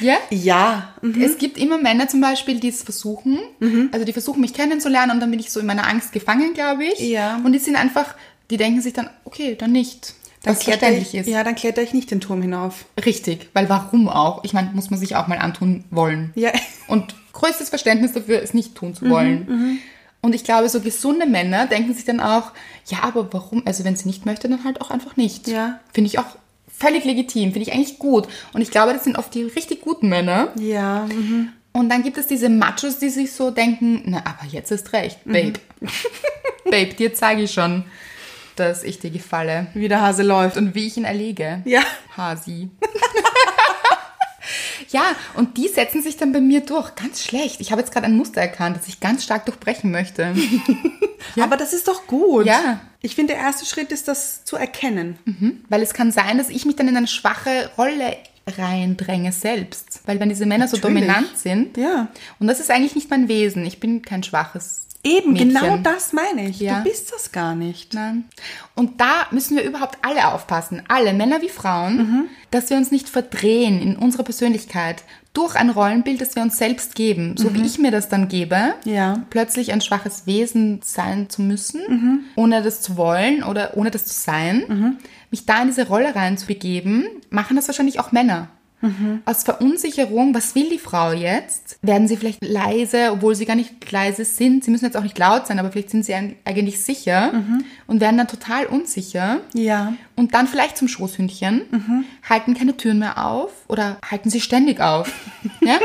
[SPEAKER 1] Ja?
[SPEAKER 2] Ja.
[SPEAKER 1] Es gibt immer Männer zum Beispiel, die es versuchen,
[SPEAKER 2] Mhm.
[SPEAKER 1] also die versuchen mich kennenzulernen und dann bin ich so in meiner Angst gefangen, glaube ich.
[SPEAKER 2] Ja.
[SPEAKER 1] Und die sind einfach, die denken sich dann, okay, dann nicht. was verständlich
[SPEAKER 2] ich,
[SPEAKER 1] ist.
[SPEAKER 2] Ja, dann kletter ich nicht den Turm hinauf.
[SPEAKER 1] Richtig, weil warum auch? Ich meine, muss man sich auch mal antun wollen.
[SPEAKER 2] Ja.
[SPEAKER 1] Und größtes Verständnis dafür, es nicht tun zu wollen.
[SPEAKER 2] Mhm,
[SPEAKER 1] Und ich glaube, so gesunde Männer denken sich dann auch, ja, aber warum? Also wenn sie nicht möchte, dann halt auch einfach nicht.
[SPEAKER 2] Ja.
[SPEAKER 1] Finde ich auch völlig legitim, finde ich eigentlich gut. Und ich glaube, das sind oft die richtig guten Männer.
[SPEAKER 2] Ja. Mhm.
[SPEAKER 1] Und dann gibt es diese Machos, die sich so denken, na, aber jetzt ist recht,
[SPEAKER 2] Mhm.
[SPEAKER 1] Babe. Babe, dir zeige ich schon, dass ich dir gefalle
[SPEAKER 2] Wie der Hase läuft.
[SPEAKER 1] und wie ich ihn erlege.
[SPEAKER 2] Ja.
[SPEAKER 1] Hasi. ja, und die setzen sich dann bei mir durch. Ganz schlecht. Ich habe jetzt gerade ein Muster erkannt, das ich ganz stark durchbrechen möchte.
[SPEAKER 2] Aber das ist doch gut.
[SPEAKER 1] Ja. Mhm.
[SPEAKER 2] Ich finde, der erste Schritt ist, das zu erkennen.
[SPEAKER 1] Weil es kann sein, dass ich mich dann in eine schwache Rolle reindränge selbst. Weil wenn diese Männer so
[SPEAKER 2] Natürlich.
[SPEAKER 1] dominant sind,
[SPEAKER 2] Ja.
[SPEAKER 1] und das ist eigentlich nicht mein Wesen, ich bin kein schwaches
[SPEAKER 2] Eben,
[SPEAKER 1] Mädchen.
[SPEAKER 2] genau das meine ich.
[SPEAKER 1] Ja.
[SPEAKER 2] Du bist das gar nicht.
[SPEAKER 1] Nein. Und da müssen wir überhaupt alle aufpassen, alle, Männer wie Frauen, dass wir uns nicht verdrehen in unserer Persönlichkeit durch ein Rollenbild, das wir uns selbst geben, so wie ich mir das dann gebe,
[SPEAKER 2] Ja.
[SPEAKER 1] plötzlich ein schwaches Wesen sein zu müssen, ohne das zu wollen oder ohne das zu sein, mich da in diese Rolle reinzubegeben, machen das wahrscheinlich auch Männer. Aus Verunsicherung, was will die Frau jetzt? Werden sie vielleicht leise, obwohl sie gar nicht leise sind? Sie müssen jetzt auch nicht laut sein, aber vielleicht sind sie ein- eigentlich sicher und werden dann total unsicher.
[SPEAKER 2] Ja.
[SPEAKER 1] Und dann vielleicht zum Schoßhündchen, halten keine Türen mehr auf oder halten sie ständig auf. ja?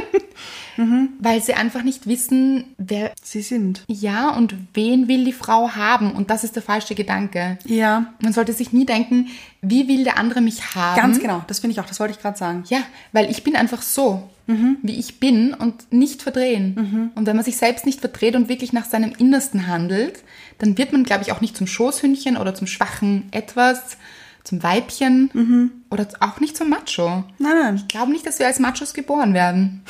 [SPEAKER 1] Weil sie einfach nicht wissen, wer
[SPEAKER 2] Sie sind.
[SPEAKER 1] ja und wen will die Frau haben. Und das ist der falsche Gedanke.
[SPEAKER 2] Ja.
[SPEAKER 1] Man sollte sich nie denken, wie will der andere mich haben.
[SPEAKER 2] Ganz genau, das finde ich auch, das wollte ich gerade sagen.
[SPEAKER 1] Ja, weil ich bin einfach so, wie ich bin und nicht verdrehen. Und wenn man sich selbst nicht verdreht und wirklich nach seinem Innersten handelt, dann wird man, glaube ich, auch nicht zum Schoßhündchen oder zum schwachen Etwas, zum Weibchen oder auch nicht zum Macho.
[SPEAKER 2] Nein, nein.
[SPEAKER 1] Ich glaube nicht, dass wir als Machos geboren werden.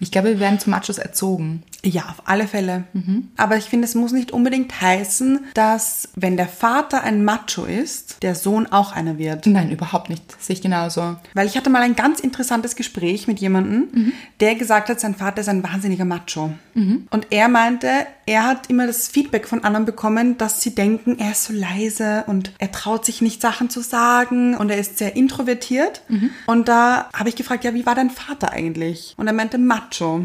[SPEAKER 1] Ich glaube, wir werden zu Machos erzogen.
[SPEAKER 2] Ja, auf alle Fälle.
[SPEAKER 1] Mhm.
[SPEAKER 2] Aber ich finde, es muss nicht unbedingt heißen, dass wenn der Vater ein Macho ist, der Sohn auch einer wird.
[SPEAKER 1] Nein, überhaupt nicht. Sehe ich genauso.
[SPEAKER 2] Weil ich hatte mal ein ganz interessantes Gespräch mit jemandem, der gesagt hat, sein Vater ist ein wahnsinniger Macho. Und er meinte, er hat immer das Feedback von anderen bekommen, dass sie denken, er ist so leise und er traut sich nicht Sachen zu sagen und er ist sehr introvertiert. Und da habe ich gefragt, ja, wie war dein Vater eigentlich? Und er meinte Macho.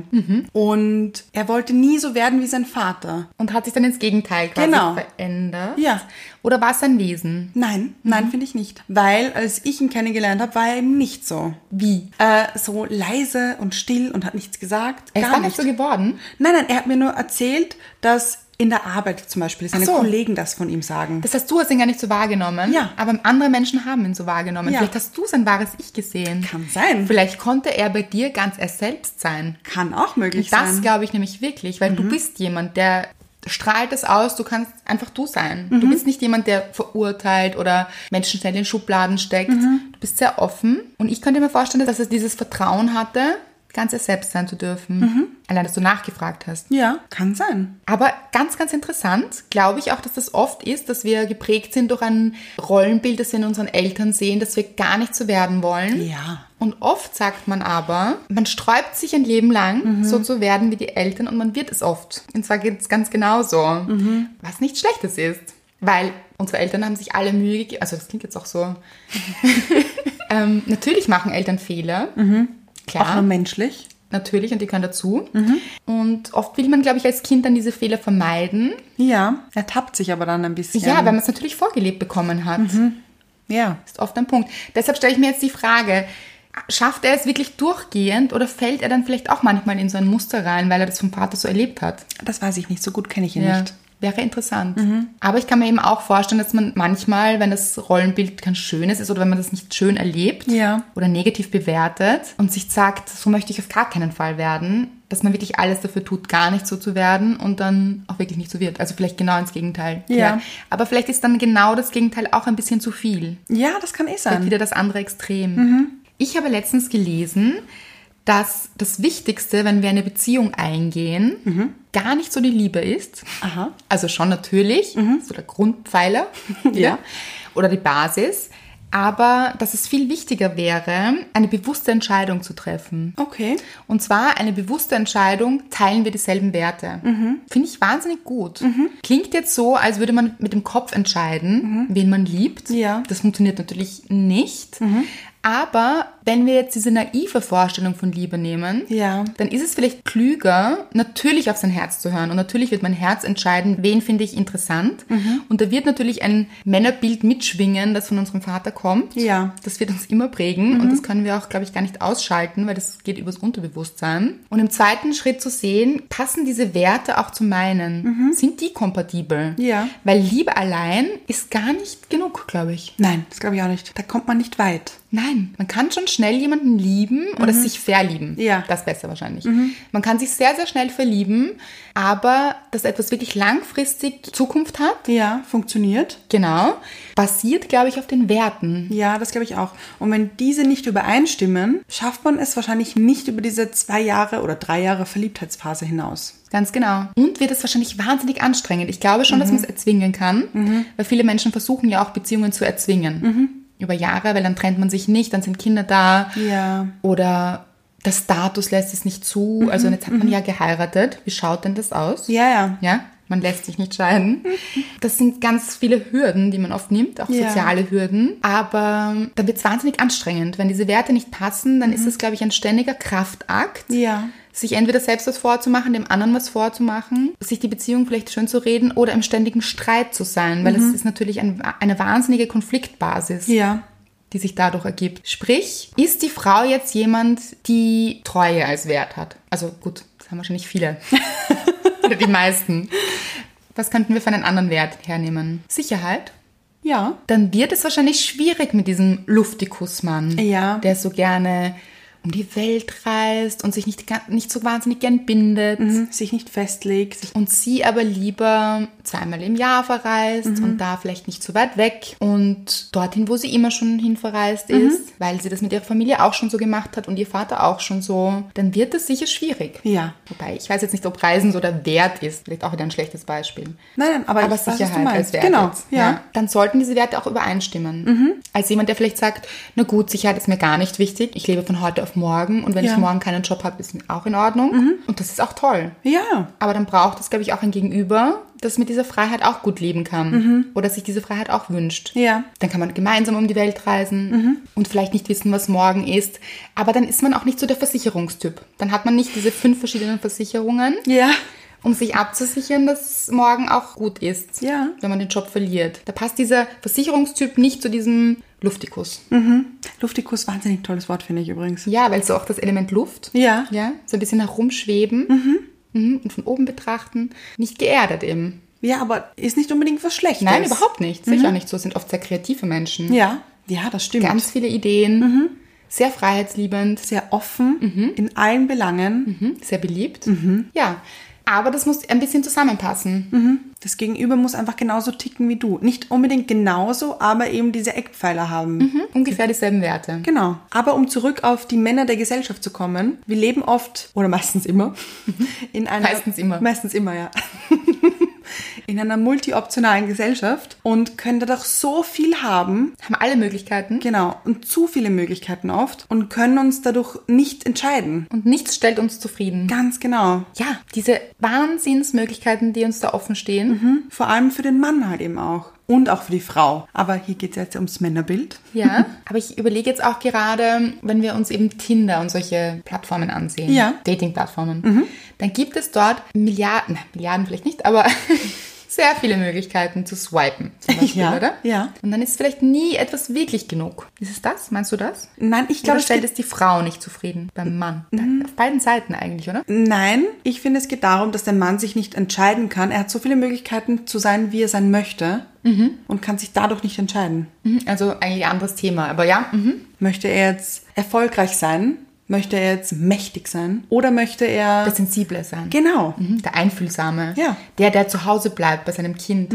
[SPEAKER 2] Und er wollte nie so werden wie sein Vater.
[SPEAKER 1] Und hat sich dann ins Gegenteil quasi
[SPEAKER 2] Genau.
[SPEAKER 1] verändert?
[SPEAKER 2] Ja.
[SPEAKER 1] Oder war es sein Wesen?
[SPEAKER 2] Nein, nein, finde ich nicht. Weil als ich ihn kennengelernt habe, war er eben nicht so.
[SPEAKER 1] Wie?
[SPEAKER 2] Äh, so leise und still und hat nichts gesagt.
[SPEAKER 1] Er ist
[SPEAKER 2] gar
[SPEAKER 1] gar
[SPEAKER 2] nicht.
[SPEAKER 1] nicht so geworden.
[SPEAKER 2] Nein, nein, er hat mir nur erzählt, dass in der Arbeit zum Beispiel seine
[SPEAKER 1] Ach so.
[SPEAKER 2] Kollegen das von ihm sagen.
[SPEAKER 1] Das heißt, du hast ihn gar nicht so wahrgenommen.
[SPEAKER 2] Ja.
[SPEAKER 1] Aber andere Menschen haben ihn so wahrgenommen.
[SPEAKER 2] Ja.
[SPEAKER 1] Vielleicht hast du sein wahres Ich gesehen.
[SPEAKER 2] Kann sein.
[SPEAKER 1] Vielleicht konnte er bei dir ganz er selbst sein.
[SPEAKER 2] Kann auch möglich
[SPEAKER 1] Das
[SPEAKER 2] sein.
[SPEAKER 1] glaube ich nämlich wirklich, weil du bist jemand, der strahlt es aus, du kannst einfach du sein. Du bist nicht jemand, der verurteilt oder Menschen schnell in Schubladen steckt. Du bist sehr offen und ich könnte mir vorstellen, dass er dieses Vertrauen hatte, ganz er selbst sein zu dürfen. Allein, dass du nachgefragt hast.
[SPEAKER 2] ja, kann sein.
[SPEAKER 1] Aber ganz, ganz interessant, glaube ich auch, dass das oft ist, dass wir geprägt sind durch ein Rollenbild, das wir in unseren Eltern sehen, dass wir gar nicht so werden wollen.
[SPEAKER 2] Ja.
[SPEAKER 1] Und oft sagt man aber, man sträubt sich ein Leben
[SPEAKER 2] Mhm.
[SPEAKER 1] lang, so zu werden wie die Eltern und man wird es oft. Und zwar geht es ganz genauso,
[SPEAKER 2] Mhm.
[SPEAKER 1] was nichts Schlechtes ist. Weil unsere Eltern haben sich alle Mühe gegeben, also das klingt jetzt auch so. ähm, natürlich machen Eltern Fehler.
[SPEAKER 2] Mhm. Auch nur menschlich.
[SPEAKER 1] Natürlich, und die gehören dazu. Und oft will man, glaube ich, als Kind dann diese Fehler vermeiden.
[SPEAKER 2] Ja, er tappt sich aber dann ein bisschen.
[SPEAKER 1] Ja, weil man es natürlich vorgelebt bekommen hat.
[SPEAKER 2] ja.
[SPEAKER 1] Ist oft ein Punkt. Deshalb stelle ich mir jetzt die Frage, schafft er es wirklich durchgehend oder fällt er dann vielleicht auch manchmal in so ein Muster rein, weil er das vom Vater so erlebt hat?
[SPEAKER 2] Das weiß ich nicht, so gut kenne ich ihn nicht. Mhm.
[SPEAKER 1] Wäre interessant. Aber ich kann mir eben auch vorstellen, dass man manchmal, wenn das Rollenbild kein schönes ist oder wenn man das nicht schön erlebt
[SPEAKER 2] Ja.
[SPEAKER 1] oder negativ bewertet und sich sagt, so möchte ich auf gar keinen Fall werden, dass man wirklich alles dafür tut, gar nicht so zu werden und dann auch wirklich nicht so wird. Also vielleicht genau ins Gegenteil.
[SPEAKER 2] Ja.
[SPEAKER 1] Aber vielleicht ist dann genau das Gegenteil auch ein bisschen zu viel.
[SPEAKER 2] Ja, das kann eh
[SPEAKER 1] Vielleicht
[SPEAKER 2] sein.
[SPEAKER 1] wieder das andere Extrem. Ich habe letztens gelesen, dass das Wichtigste, wenn wir eine Beziehung eingehen, gar nicht so die Liebe ist.
[SPEAKER 2] Aha.
[SPEAKER 1] Also schon natürlich, so der Grundpfeiler wieder, oder die Basis. Aber dass es viel wichtiger wäre, eine bewusste Entscheidung zu treffen.
[SPEAKER 2] Okay.
[SPEAKER 1] Und zwar eine bewusste Entscheidung, teilen wir dieselben Werte. Finde ich wahnsinnig gut. Klingt jetzt so, als würde man mit dem Kopf entscheiden, wen man liebt.
[SPEAKER 2] Ja. Mhm.
[SPEAKER 1] Das funktioniert natürlich nicht. Aber wenn wir jetzt diese naive Vorstellung von Liebe nehmen,
[SPEAKER 2] Ja.
[SPEAKER 1] dann ist es vielleicht klüger, natürlich auf sein Herz zu hören. Und natürlich wird mein Herz entscheiden, wen finde ich interessant.
[SPEAKER 2] Mhm.
[SPEAKER 1] Und da wird natürlich ein Männerbild mitschwingen, das von unserem Vater kommt.
[SPEAKER 2] Ja. Mhm.
[SPEAKER 1] Das wird uns immer prägen und das können wir auch, glaube ich, gar nicht ausschalten, weil das geht übers Unterbewusstsein. Und im zweiten Schritt zu sehen, passen diese Werte auch zu meinen? Sind die kompatibel?
[SPEAKER 2] Mhm. Ja.
[SPEAKER 1] Weil Liebe allein ist gar nicht genug, glaube ich.
[SPEAKER 2] Nein, das glaube ich auch nicht. Da kommt man nicht weit.
[SPEAKER 1] Nein, man kann schon schnell jemanden lieben oder sich verlieben.
[SPEAKER 2] Mhm. Ja. Mhm.
[SPEAKER 1] Das ist besser wahrscheinlich. Man kann sich sehr, sehr schnell verlieben, aber dass etwas wirklich langfristig Zukunft hat,
[SPEAKER 2] Ja, funktioniert.
[SPEAKER 1] genau, basiert, glaube ich, auf den Werten.
[SPEAKER 2] Ja, das glaube ich auch. Und wenn diese nicht übereinstimmen, schafft man es wahrscheinlich nicht über diese zwei Jahre oder drei Jahre Verliebtheitsphase hinaus.
[SPEAKER 1] Ganz genau. Und wird es wahrscheinlich wahnsinnig anstrengend. Ich glaube schon,
[SPEAKER 2] Mhm.
[SPEAKER 1] dass man es erzwingen kann, weil viele Menschen versuchen ja auch Beziehungen zu erzwingen. Über Jahre, weil dann trennt man sich nicht, dann sind Kinder da.
[SPEAKER 2] Mhm. Ja.
[SPEAKER 1] Oder der Status lässt es nicht zu. Also
[SPEAKER 2] Mhm.
[SPEAKER 1] jetzt hat man ja geheiratet. Wie schaut denn das aus?
[SPEAKER 2] Ja, ja.
[SPEAKER 1] Ja, man lässt sich nicht scheiden. Das sind ganz viele Hürden, die man oft nimmt, auch
[SPEAKER 2] Ja.
[SPEAKER 1] soziale Hürden. Aber dann wird es wahnsinnig anstrengend. Wenn diese Werte nicht passen, dann ist es, glaube ich, ein ständiger Kraftakt.
[SPEAKER 2] Mhm. Ja.
[SPEAKER 1] Sich entweder selbst was vorzumachen, dem anderen was vorzumachen, sich die Beziehung vielleicht schön zu reden oder im ständigen Streit zu sein, weil es ist natürlich ein, eine wahnsinnige Konfliktbasis
[SPEAKER 2] Mhm. Ja.
[SPEAKER 1] die sich dadurch ergibt. Sprich, ist die Frau jetzt jemand, die Treue als Wert hat? Also gut, das haben wahrscheinlich viele. Oder die meisten. Was könnten wir für einen anderen Wert hernehmen? Sicherheit.
[SPEAKER 2] Ja.
[SPEAKER 1] Dann wird es wahrscheinlich schwierig mit diesem Luftikusmann,
[SPEAKER 2] Ja.
[SPEAKER 1] der so gerne um die Welt reist und sich nicht, ga- nicht so wahnsinnig gern bindet.
[SPEAKER 2] Hm, Sich nicht festlegt. Sich
[SPEAKER 1] Und sie aber lieber zweimal im Jahr verreist
[SPEAKER 2] Mhm.
[SPEAKER 1] und da vielleicht nicht so weit weg und dorthin, wo sie immer schon hin verreist
[SPEAKER 2] Mhm.
[SPEAKER 1] ist, weil sie das mit ihrer Familie auch schon so gemacht hat und ihr Vater auch schon so, dann wird es sicher schwierig.
[SPEAKER 2] ja.
[SPEAKER 1] Wobei, ich weiß jetzt nicht, ob Reisen so der Wert ist. Vielleicht auch wieder ein schlechtes Beispiel.
[SPEAKER 2] Nein, nein,
[SPEAKER 1] Aber
[SPEAKER 2] aber, ich weiß, was du
[SPEAKER 1] Sicherheit als
[SPEAKER 2] meinst.
[SPEAKER 1] Wert.
[SPEAKER 2] Genau,
[SPEAKER 1] jetzt,
[SPEAKER 2] ja. Mhm.
[SPEAKER 1] Dann sollten diese Werte auch übereinstimmen. Als jemand, der vielleicht sagt, na gut, Sicherheit ist mir gar nicht wichtig. Ich lebe von heute auf morgen und wenn
[SPEAKER 2] Ja. Mhm.
[SPEAKER 1] ich morgen keinen Job habe, ist mir auch in Ordnung. Und das ist auch toll.
[SPEAKER 2] Ja.
[SPEAKER 1] Aber dann braucht es, glaube ich, auch ein Gegenüber, das mit dieser Freiheit auch gut leben kann. Oder sich diese Freiheit auch wünscht.
[SPEAKER 2] Mhm. Ja. Mhm.
[SPEAKER 1] Dann kann man gemeinsam um die Welt reisen und vielleicht nicht wissen, was morgen ist. Aber dann ist man auch nicht so der Versicherungstyp. Dann hat man nicht diese fünf verschiedenen Versicherungen,
[SPEAKER 2] Ja.
[SPEAKER 1] um sich abzusichern, dass es morgen auch gut ist,
[SPEAKER 2] Ja.
[SPEAKER 1] wenn man den Job verliert. Da passt dieser Versicherungstyp nicht zu diesem Luftikus.
[SPEAKER 2] Mhm. Luftikus, wahnsinnig tolles Wort, finde ich übrigens.
[SPEAKER 1] Ja, weil so auch das Element Luft.
[SPEAKER 2] Ja.
[SPEAKER 1] Ja, so ein bisschen herumschweben. Mhm, Und von oben betrachten, nicht geerdet eben.
[SPEAKER 2] Ja, aber ist nicht unbedingt was Schlechtes.
[SPEAKER 1] Nein, überhaupt nicht. Sicher nicht so. Sind oft sehr kreative Menschen.
[SPEAKER 2] Ja. Ja, das stimmt.
[SPEAKER 1] Ganz viele Ideen. Sehr freiheitsliebend.
[SPEAKER 2] sehr offen
[SPEAKER 1] Mhm.
[SPEAKER 2] in allen Belangen.
[SPEAKER 1] Sehr beliebt. Ja. Aber das muss ein bisschen zusammenpassen.
[SPEAKER 2] Das Gegenüber muss einfach genauso ticken wie du. Nicht unbedingt genauso, aber eben diese Eckpfeiler haben.
[SPEAKER 1] Mhm. Ungefähr dieselben Werte.
[SPEAKER 2] Genau. Aber um zurück auf die Männer der Gesellschaft zu kommen, wir leben oft oder meistens immer in einer
[SPEAKER 1] Mhm. Meistens immer.
[SPEAKER 2] meistens immer ja in einer multioptionalen Gesellschaft und können dadurch so viel haben,
[SPEAKER 1] Haben alle Möglichkeiten.
[SPEAKER 2] genau, und zu viele Möglichkeiten oft und können uns dadurch nicht entscheiden.
[SPEAKER 1] Und nichts stellt uns zufrieden.
[SPEAKER 2] Ganz genau.
[SPEAKER 1] Ja, diese Wahnsinnsmöglichkeiten, die uns da offen stehen.
[SPEAKER 2] Vor allem für den Mann halt eben auch und auch für die Frau. Aber hier geht es jetzt ums Männerbild.
[SPEAKER 1] Ja, aber ich überlege jetzt auch gerade, wenn wir uns eben Tinder und solche Plattformen ansehen,
[SPEAKER 2] Ja. Mhm.
[SPEAKER 1] Dating-Plattformen, dann gibt es dort Milliarden, na, Milliarden vielleicht nicht, aber sehr viele Möglichkeiten zu swipen, zum Beispiel,
[SPEAKER 2] Ja,
[SPEAKER 1] oder?
[SPEAKER 2] ja.
[SPEAKER 1] Und dann ist vielleicht nie etwas wirklich genug. Ist es das? Meinst du das?
[SPEAKER 2] Nein, ich
[SPEAKER 1] Oder
[SPEAKER 2] glaube, es Mhm.
[SPEAKER 1] stellt
[SPEAKER 2] geht
[SPEAKER 1] es die Frau nicht zufrieden beim Mann? Da- Auf beiden Seiten eigentlich, oder?
[SPEAKER 2] Nein, ich finde, es geht darum, dass der Mann sich nicht entscheiden kann. Er hat so viele Möglichkeiten zu sein, wie er sein möchte und kann sich dadurch nicht entscheiden.
[SPEAKER 1] Mhm, Also eigentlich ein anderes Thema, aber ja. Mhm.
[SPEAKER 2] Möchte er jetzt erfolgreich sein? Möchte er jetzt mächtig sein? Oder möchte er...
[SPEAKER 1] Das Sensible sein.
[SPEAKER 2] genau.
[SPEAKER 1] Mhm, Der Einfühlsame.
[SPEAKER 2] Ja. Mhm.
[SPEAKER 1] Der, der zu Hause bleibt bei seinem Kind.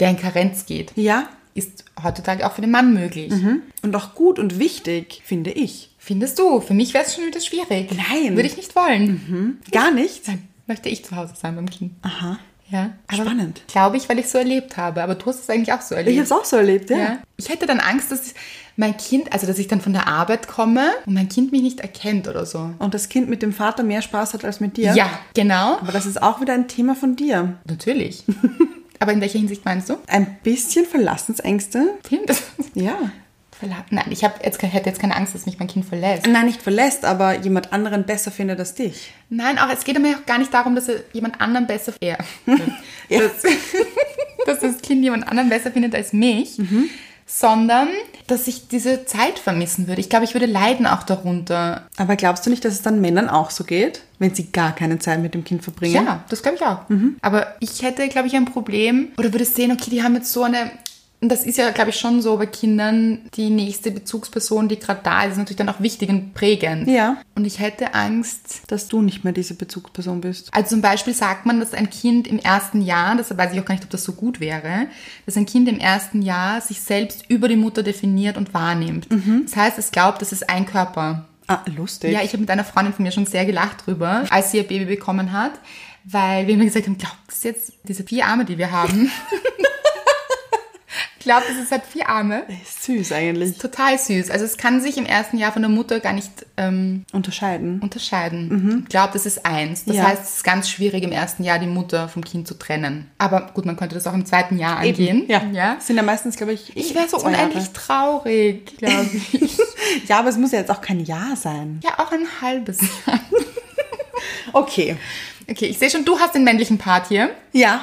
[SPEAKER 1] Der in Karenz geht.
[SPEAKER 2] Ja.
[SPEAKER 1] ist heutzutage auch für den Mann möglich.
[SPEAKER 2] Und auch gut und wichtig, finde ich.
[SPEAKER 1] Findest du? Für mich wäre es schon wieder schwierig.
[SPEAKER 2] Nein. Mhm.
[SPEAKER 1] Würde ich nicht wollen.
[SPEAKER 2] Gar nicht.
[SPEAKER 1] Nein, möchte ich zu Hause sein beim Kind.
[SPEAKER 2] Aha.
[SPEAKER 1] Ja.
[SPEAKER 2] Spannend.
[SPEAKER 1] Glaube ich, weil ich es so erlebt habe. Aber du hast es eigentlich auch so erlebt.
[SPEAKER 2] Ich habe es auch so erlebt, ja.
[SPEAKER 1] Ja. Ich hätte dann Angst, dass mein Kind, also dass ich dann von der Arbeit komme und mein Kind mich nicht erkennt oder so.
[SPEAKER 2] Und das Kind mit dem Vater mehr Spaß hat als mit dir.
[SPEAKER 1] genau.
[SPEAKER 2] Aber das ist auch wieder ein Thema von dir.
[SPEAKER 1] Natürlich. Aber in welcher Hinsicht meinst du?
[SPEAKER 2] Ein bisschen Verlassensängste.
[SPEAKER 1] Kind?
[SPEAKER 2] Ja.
[SPEAKER 1] Verla- Nein, ich hab jetzt, ke- hätte jetzt keine Angst, dass mich mein Kind verlässt.
[SPEAKER 2] Nein, nicht verlässt, aber jemand anderen besser findet als dich.
[SPEAKER 1] Nein, auch es geht mir auch gar nicht darum, dass er jemand anderen besser er,
[SPEAKER 2] Ja.
[SPEAKER 1] dass, dass das Kind jemand anderen besser findet als mich, sondern dass ich diese Zeit vermissen würde. Ich glaube, ich würde leiden auch darunter.
[SPEAKER 2] Aber glaubst du nicht, dass es dann Männern auch so geht, wenn sie gar keine Zeit mit dem Kind verbringen?
[SPEAKER 1] Ja, das glaube ich auch. Aber ich hätte, glaube ich, ein Problem oder würde sehen, okay, die haben jetzt so eine Und das ist ja, glaube ich, schon so bei Kindern, die nächste Bezugsperson, die gerade da ist, ist natürlich dann auch wichtig und prägend.
[SPEAKER 2] Ja.
[SPEAKER 1] Und ich hätte Angst,
[SPEAKER 2] Dass du nicht mehr diese Bezugsperson bist.
[SPEAKER 1] also zum Beispiel sagt man, dass ein Kind im ersten Jahr, deshalb weiß ich auch gar nicht, ob das so gut wäre, dass ein Kind im ersten Jahr sich selbst über die Mutter definiert und wahrnimmt. Das heißt, es glaubt, das ist ein Körper.
[SPEAKER 2] Ah, lustig.
[SPEAKER 1] Ja, ich habe mit einer Freundin von mir schon sehr gelacht drüber, als sie ihr Baby bekommen hat, weil wir immer gesagt haben, glaubt es jetzt, diese vier Arme, die wir haben. glaubt es, es hat vier Arme.
[SPEAKER 2] Ist süß eigentlich.
[SPEAKER 1] Total süß. Also es kann sich im ersten Jahr von der Mutter gar nicht ähm,
[SPEAKER 2] Unterscheiden.
[SPEAKER 1] unterscheiden. Glaubt, es ist eins. Das
[SPEAKER 2] Mhm. Ja.
[SPEAKER 1] heißt, es ist ganz schwierig im ersten Jahr die Mutter vom Kind zu trennen. Aber gut, man könnte das auch im zweiten Jahr angehen.
[SPEAKER 2] Ja.
[SPEAKER 1] ja.
[SPEAKER 2] Sind ja meistens, glaube ich,
[SPEAKER 1] Ich wäre so
[SPEAKER 2] zwei Jahre.
[SPEAKER 1] unendlich traurig, glaube ich.
[SPEAKER 2] Ja, aber es muss ja jetzt auch kein Ja sein.
[SPEAKER 1] ja, auch ein halbes Jahr.
[SPEAKER 2] Okay.
[SPEAKER 1] Okay, ich sehe schon, du hast den männlichen Part hier.
[SPEAKER 2] Ja.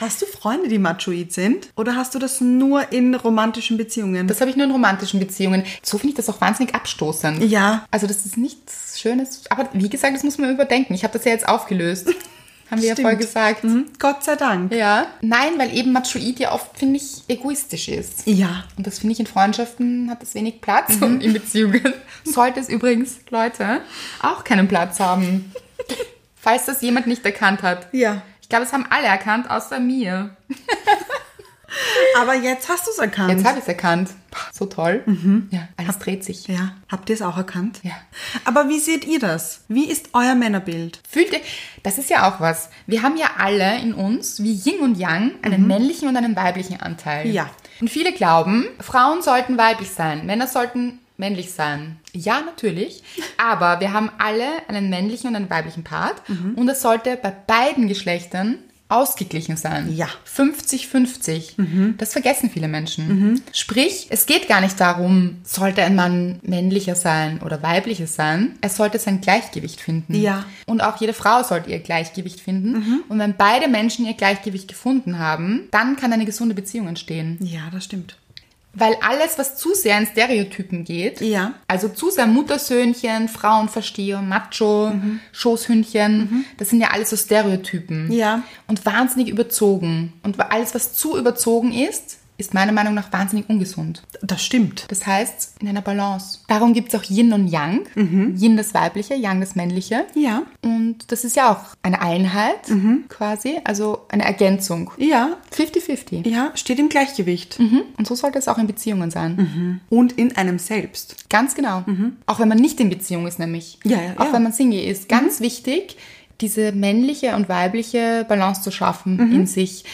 [SPEAKER 2] Hast du Freunde, die machoid sind? Oder hast du das nur in romantischen Beziehungen?
[SPEAKER 1] Das habe ich nur in romantischen Beziehungen. So finde ich das auch wahnsinnig abstoßend.
[SPEAKER 2] Ja.
[SPEAKER 1] Also das ist nichts Schönes. Aber wie gesagt, das muss man überdenken. Ich habe das ja jetzt aufgelöst. Haben wir ja
[SPEAKER 2] Stimmt.
[SPEAKER 1] vorher gesagt.
[SPEAKER 2] Mhm. Gott sei Dank.
[SPEAKER 1] Ja. Nein, weil eben Machoid ja oft, finde ich, egoistisch ist.
[SPEAKER 2] Ja.
[SPEAKER 1] Und das finde ich in Freundschaften hat das wenig Platz und in Beziehungen sollte es übrigens, Leute, auch keinen Platz haben. Falls das jemand nicht erkannt hat.
[SPEAKER 2] Ja.
[SPEAKER 1] Ich glaube, es haben alle erkannt, außer mir.
[SPEAKER 2] Aber jetzt hast du es erkannt.
[SPEAKER 1] Jetzt habe ich es erkannt. So toll. Ja, alles dreht sich.
[SPEAKER 2] ja. Habt ihr es auch erkannt?
[SPEAKER 1] Ja.
[SPEAKER 2] Aber wie seht ihr das? Wie ist euer Männerbild?
[SPEAKER 1] Fühlt ihr, das ist ja auch was. Wir haben ja alle in uns, wie Yin und Yang, einen männlichen und einen weiblichen Anteil.
[SPEAKER 2] Mhm. Ja.
[SPEAKER 1] Und viele glauben, Frauen sollten weiblich sein, Männer sollten männlich sein. Ja, natürlich. Aber wir haben alle einen männlichen und einen weiblichen Part.
[SPEAKER 2] Mhm.
[SPEAKER 1] Und das sollte bei beiden Geschlechtern ausgeglichen sein.
[SPEAKER 2] Ja. Mhm.
[SPEAKER 1] 50-50. Das vergessen viele Menschen. Sprich, es geht gar nicht darum, sollte ein Mann männlicher sein oder weiblicher sein. Er sollte sein Gleichgewicht finden.
[SPEAKER 2] Ja. Mhm.
[SPEAKER 1] Und auch jede Frau sollte ihr Gleichgewicht finden. Und wenn beide Menschen ihr Gleichgewicht gefunden haben, dann kann eine gesunde Beziehung entstehen.
[SPEAKER 2] Ja, das stimmt.
[SPEAKER 1] Weil alles, was zu sehr in Stereotypen geht,
[SPEAKER 2] Ja.
[SPEAKER 1] also zu sehr Muttersöhnchen, Frauenversteher, Macho,
[SPEAKER 2] Mhm.
[SPEAKER 1] Schoßhündchen, das sind ja alles so Stereotypen.
[SPEAKER 2] Ja.
[SPEAKER 1] Und wahnsinnig überzogen. Und alles, was zu überzogen ist, ist meiner Meinung nach wahnsinnig ungesund.
[SPEAKER 2] Das stimmt.
[SPEAKER 1] Das heißt, in einer Balance. Darum gibt es auch Yin und Yang.
[SPEAKER 2] Mhm.
[SPEAKER 1] Yin das weibliche, Yang das männliche.
[SPEAKER 2] Ja.
[SPEAKER 1] Und das ist ja auch eine Einheit
[SPEAKER 2] Mhm.
[SPEAKER 1] quasi, also eine Ergänzung.
[SPEAKER 2] Ja.
[SPEAKER 1] 50-50.
[SPEAKER 2] Ja, steht im Gleichgewicht.
[SPEAKER 1] Mhm. Und so sollte es auch in Beziehungen sein.
[SPEAKER 2] Mhm. Und in einem selbst.
[SPEAKER 1] Ganz genau. Auch wenn man nicht in Beziehung ist, nämlich.
[SPEAKER 2] Mhm. Ja, ja,
[SPEAKER 1] auch
[SPEAKER 2] ja. Mhm.
[SPEAKER 1] wenn man Single ist. Ganz wichtig, diese männliche und weibliche Balance zu schaffen
[SPEAKER 2] Mhm.
[SPEAKER 1] in sich.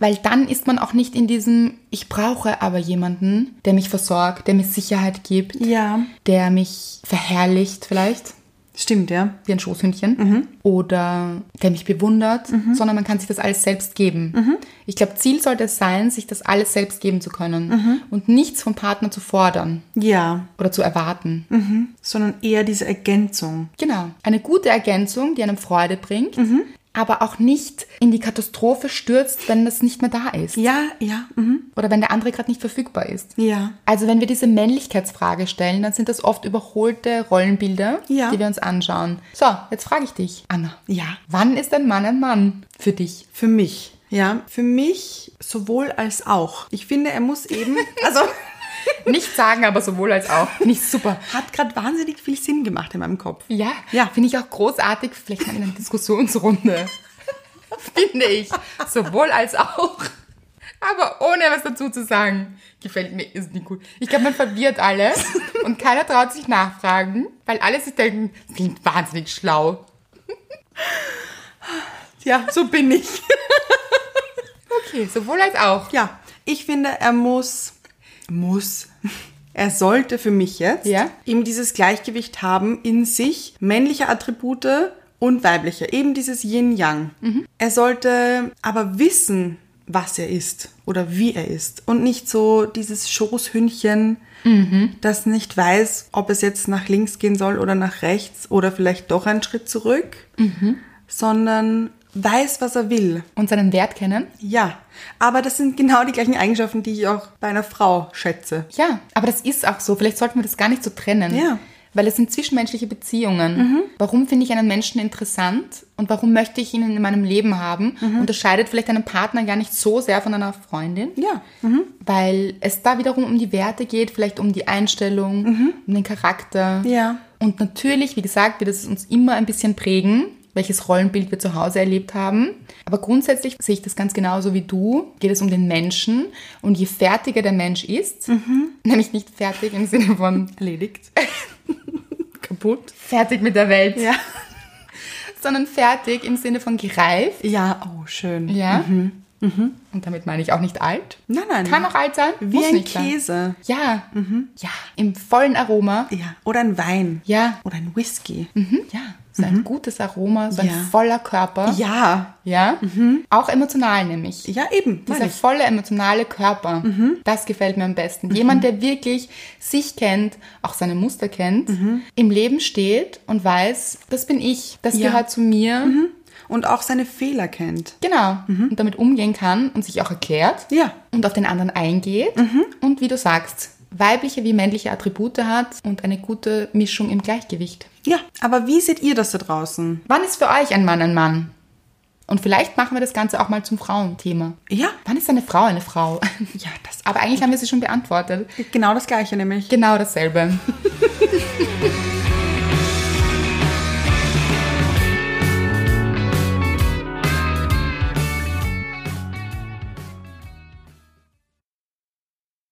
[SPEAKER 1] Weil dann ist man auch nicht in diesem, ich brauche aber jemanden, der mich versorgt, der mir Sicherheit gibt,
[SPEAKER 2] Ja.
[SPEAKER 1] der mich verherrlicht vielleicht,
[SPEAKER 2] Stimmt, ja.
[SPEAKER 1] wie ein Schoßhündchen,
[SPEAKER 2] Mhm.
[SPEAKER 1] oder der mich bewundert, sondern man kann sich das alles selbst geben.
[SPEAKER 2] Mhm.
[SPEAKER 1] Ich glaube, Ziel sollte es sein, sich das alles selbst geben zu können
[SPEAKER 2] Mhm.
[SPEAKER 1] und nichts vom Partner zu fordern
[SPEAKER 2] Ja.
[SPEAKER 1] oder zu erwarten.
[SPEAKER 2] Mhm. Sondern eher diese Ergänzung.
[SPEAKER 1] Genau. Eine gute Ergänzung, die einem Freude bringt,
[SPEAKER 2] Mhm.
[SPEAKER 1] aber auch nicht in die Katastrophe stürzt, wenn das nicht mehr da ist
[SPEAKER 2] Ja, ja. Mhm.
[SPEAKER 1] oder wenn der andere gerade nicht verfügbar ist.
[SPEAKER 2] Ja.
[SPEAKER 1] Also wenn wir diese Männlichkeitsfrage stellen, dann sind das oft überholte Rollenbilder,
[SPEAKER 2] Ja.
[SPEAKER 1] die wir uns anschauen. So, jetzt frage ich dich, Anna.
[SPEAKER 2] Ja.
[SPEAKER 1] Wann ist ein Mann ein Mann für dich?
[SPEAKER 2] Für mich. Ja. Für mich sowohl als auch. Ich finde, er muss eben, also
[SPEAKER 1] Nicht sagen, aber sowohl als auch. Finde ich super.
[SPEAKER 2] hat gerade wahnsinnig viel Sinn gemacht in meinem Kopf.
[SPEAKER 1] Ja,
[SPEAKER 2] Ja.
[SPEAKER 1] finde ich auch großartig. Vielleicht mal in einer Diskussionsrunde. finde ich. Sowohl als auch. Aber ohne was dazu zu sagen. Gefällt mir, ist nicht gut. Ich glaube, man verwirrt alle und keiner traut sich nachfragen, weil alle sich denken, klingt wahnsinnig schlau.
[SPEAKER 2] Ja, so bin ich.
[SPEAKER 1] Okay, sowohl als auch.
[SPEAKER 2] Ja. Ich finde, er muss, muss, er sollte für mich jetzt
[SPEAKER 1] Ja.
[SPEAKER 2] eben dieses Gleichgewicht haben in sich, männliche Attribute und weibliche, eben dieses Yin-Yang. Er sollte aber wissen, was er ist oder wie er ist und nicht so dieses Schoßhündchen, das nicht weiß, ob es jetzt nach links gehen soll oder nach rechts oder vielleicht doch einen Schritt zurück, sondern weiß, was er will.
[SPEAKER 1] Und seinen Wert kennen?
[SPEAKER 2] Ja, aber das sind genau die gleichen Eigenschaften, die ich auch bei einer Frau schätze.
[SPEAKER 1] Ja, aber das ist auch so. Vielleicht sollten wir das gar nicht so trennen.
[SPEAKER 2] Ja.
[SPEAKER 1] weil es sind zwischenmenschliche Beziehungen. Warum finde ich einen Menschen interessant und warum möchte ich ihn in meinem Leben haben? Unterscheidet vielleicht einen Partner gar nicht so sehr von einer Freundin,
[SPEAKER 2] Ja. mhm.
[SPEAKER 1] weil es da wiederum um die Werte geht, vielleicht um die Einstellung, um den Charakter.
[SPEAKER 2] Mhm. Ja.
[SPEAKER 1] Und natürlich, wie gesagt, wird es uns immer ein bisschen prägen, welches Rollenbild wir zu Hause erlebt haben. Aber grundsätzlich sehe ich das ganz genauso wie du. Geht es um den Menschen. Und je fertiger der Mensch ist,
[SPEAKER 2] Mhm.
[SPEAKER 1] nämlich nicht fertig im Sinne von
[SPEAKER 2] Erledigt.
[SPEAKER 1] kaputt, fertig mit der Welt,
[SPEAKER 2] Ja.
[SPEAKER 1] sondern fertig im Sinne von gereift.
[SPEAKER 2] Ja, oh, schön.
[SPEAKER 1] Ja. Und damit meine ich auch nicht alt.
[SPEAKER 2] Mhm. Nein, nein.
[SPEAKER 1] Kann auch alt sein.
[SPEAKER 2] Wie
[SPEAKER 1] muss
[SPEAKER 2] ein
[SPEAKER 1] nicht sein.
[SPEAKER 2] Käse. Mhm.
[SPEAKER 1] Ja. Ja. Im vollen Aroma.
[SPEAKER 2] Ja. Oder ein Wein.
[SPEAKER 1] Ja.
[SPEAKER 2] Oder ein Whisky.
[SPEAKER 1] Mhm. Ja. So ein gutes Aroma, so
[SPEAKER 2] Ja.
[SPEAKER 1] ein voller Körper.
[SPEAKER 2] Ja. Mhm.
[SPEAKER 1] Ja? Auch emotional nämlich.
[SPEAKER 2] Ja, Mhm. eben.
[SPEAKER 1] Dieser
[SPEAKER 2] Meine ich.
[SPEAKER 1] volle emotionale Körper, das gefällt mir am besten.
[SPEAKER 2] Mhm.
[SPEAKER 1] Jemand, der wirklich sich kennt, auch seine Muster kennt,
[SPEAKER 2] Mhm.
[SPEAKER 1] im Leben steht und weiß, das bin ich, das
[SPEAKER 2] Ja. Mhm.
[SPEAKER 1] gehört zu mir.
[SPEAKER 2] Und auch seine Fehler kennt.
[SPEAKER 1] Genau.
[SPEAKER 2] Mhm.
[SPEAKER 1] Und damit umgehen kann und sich auch erklärt
[SPEAKER 2] Ja.
[SPEAKER 1] und auf den anderen eingeht
[SPEAKER 2] Mhm.
[SPEAKER 1] und wie du sagst, weibliche wie männliche Attribute hat und eine gute Mischung im Gleichgewicht.
[SPEAKER 2] Ja. Aber wie seht ihr das da draußen?
[SPEAKER 1] Wann ist für euch ein Mann ein Mann? Und vielleicht machen wir das Ganze auch mal zum Frauenthema.
[SPEAKER 2] Ja.
[SPEAKER 1] Wann ist eine Frau eine Frau?
[SPEAKER 2] Ja, das
[SPEAKER 1] Aber eigentlich haben wir sie schon beantwortet.
[SPEAKER 2] genau das Gleiche nämlich.
[SPEAKER 1] Genau dasselbe.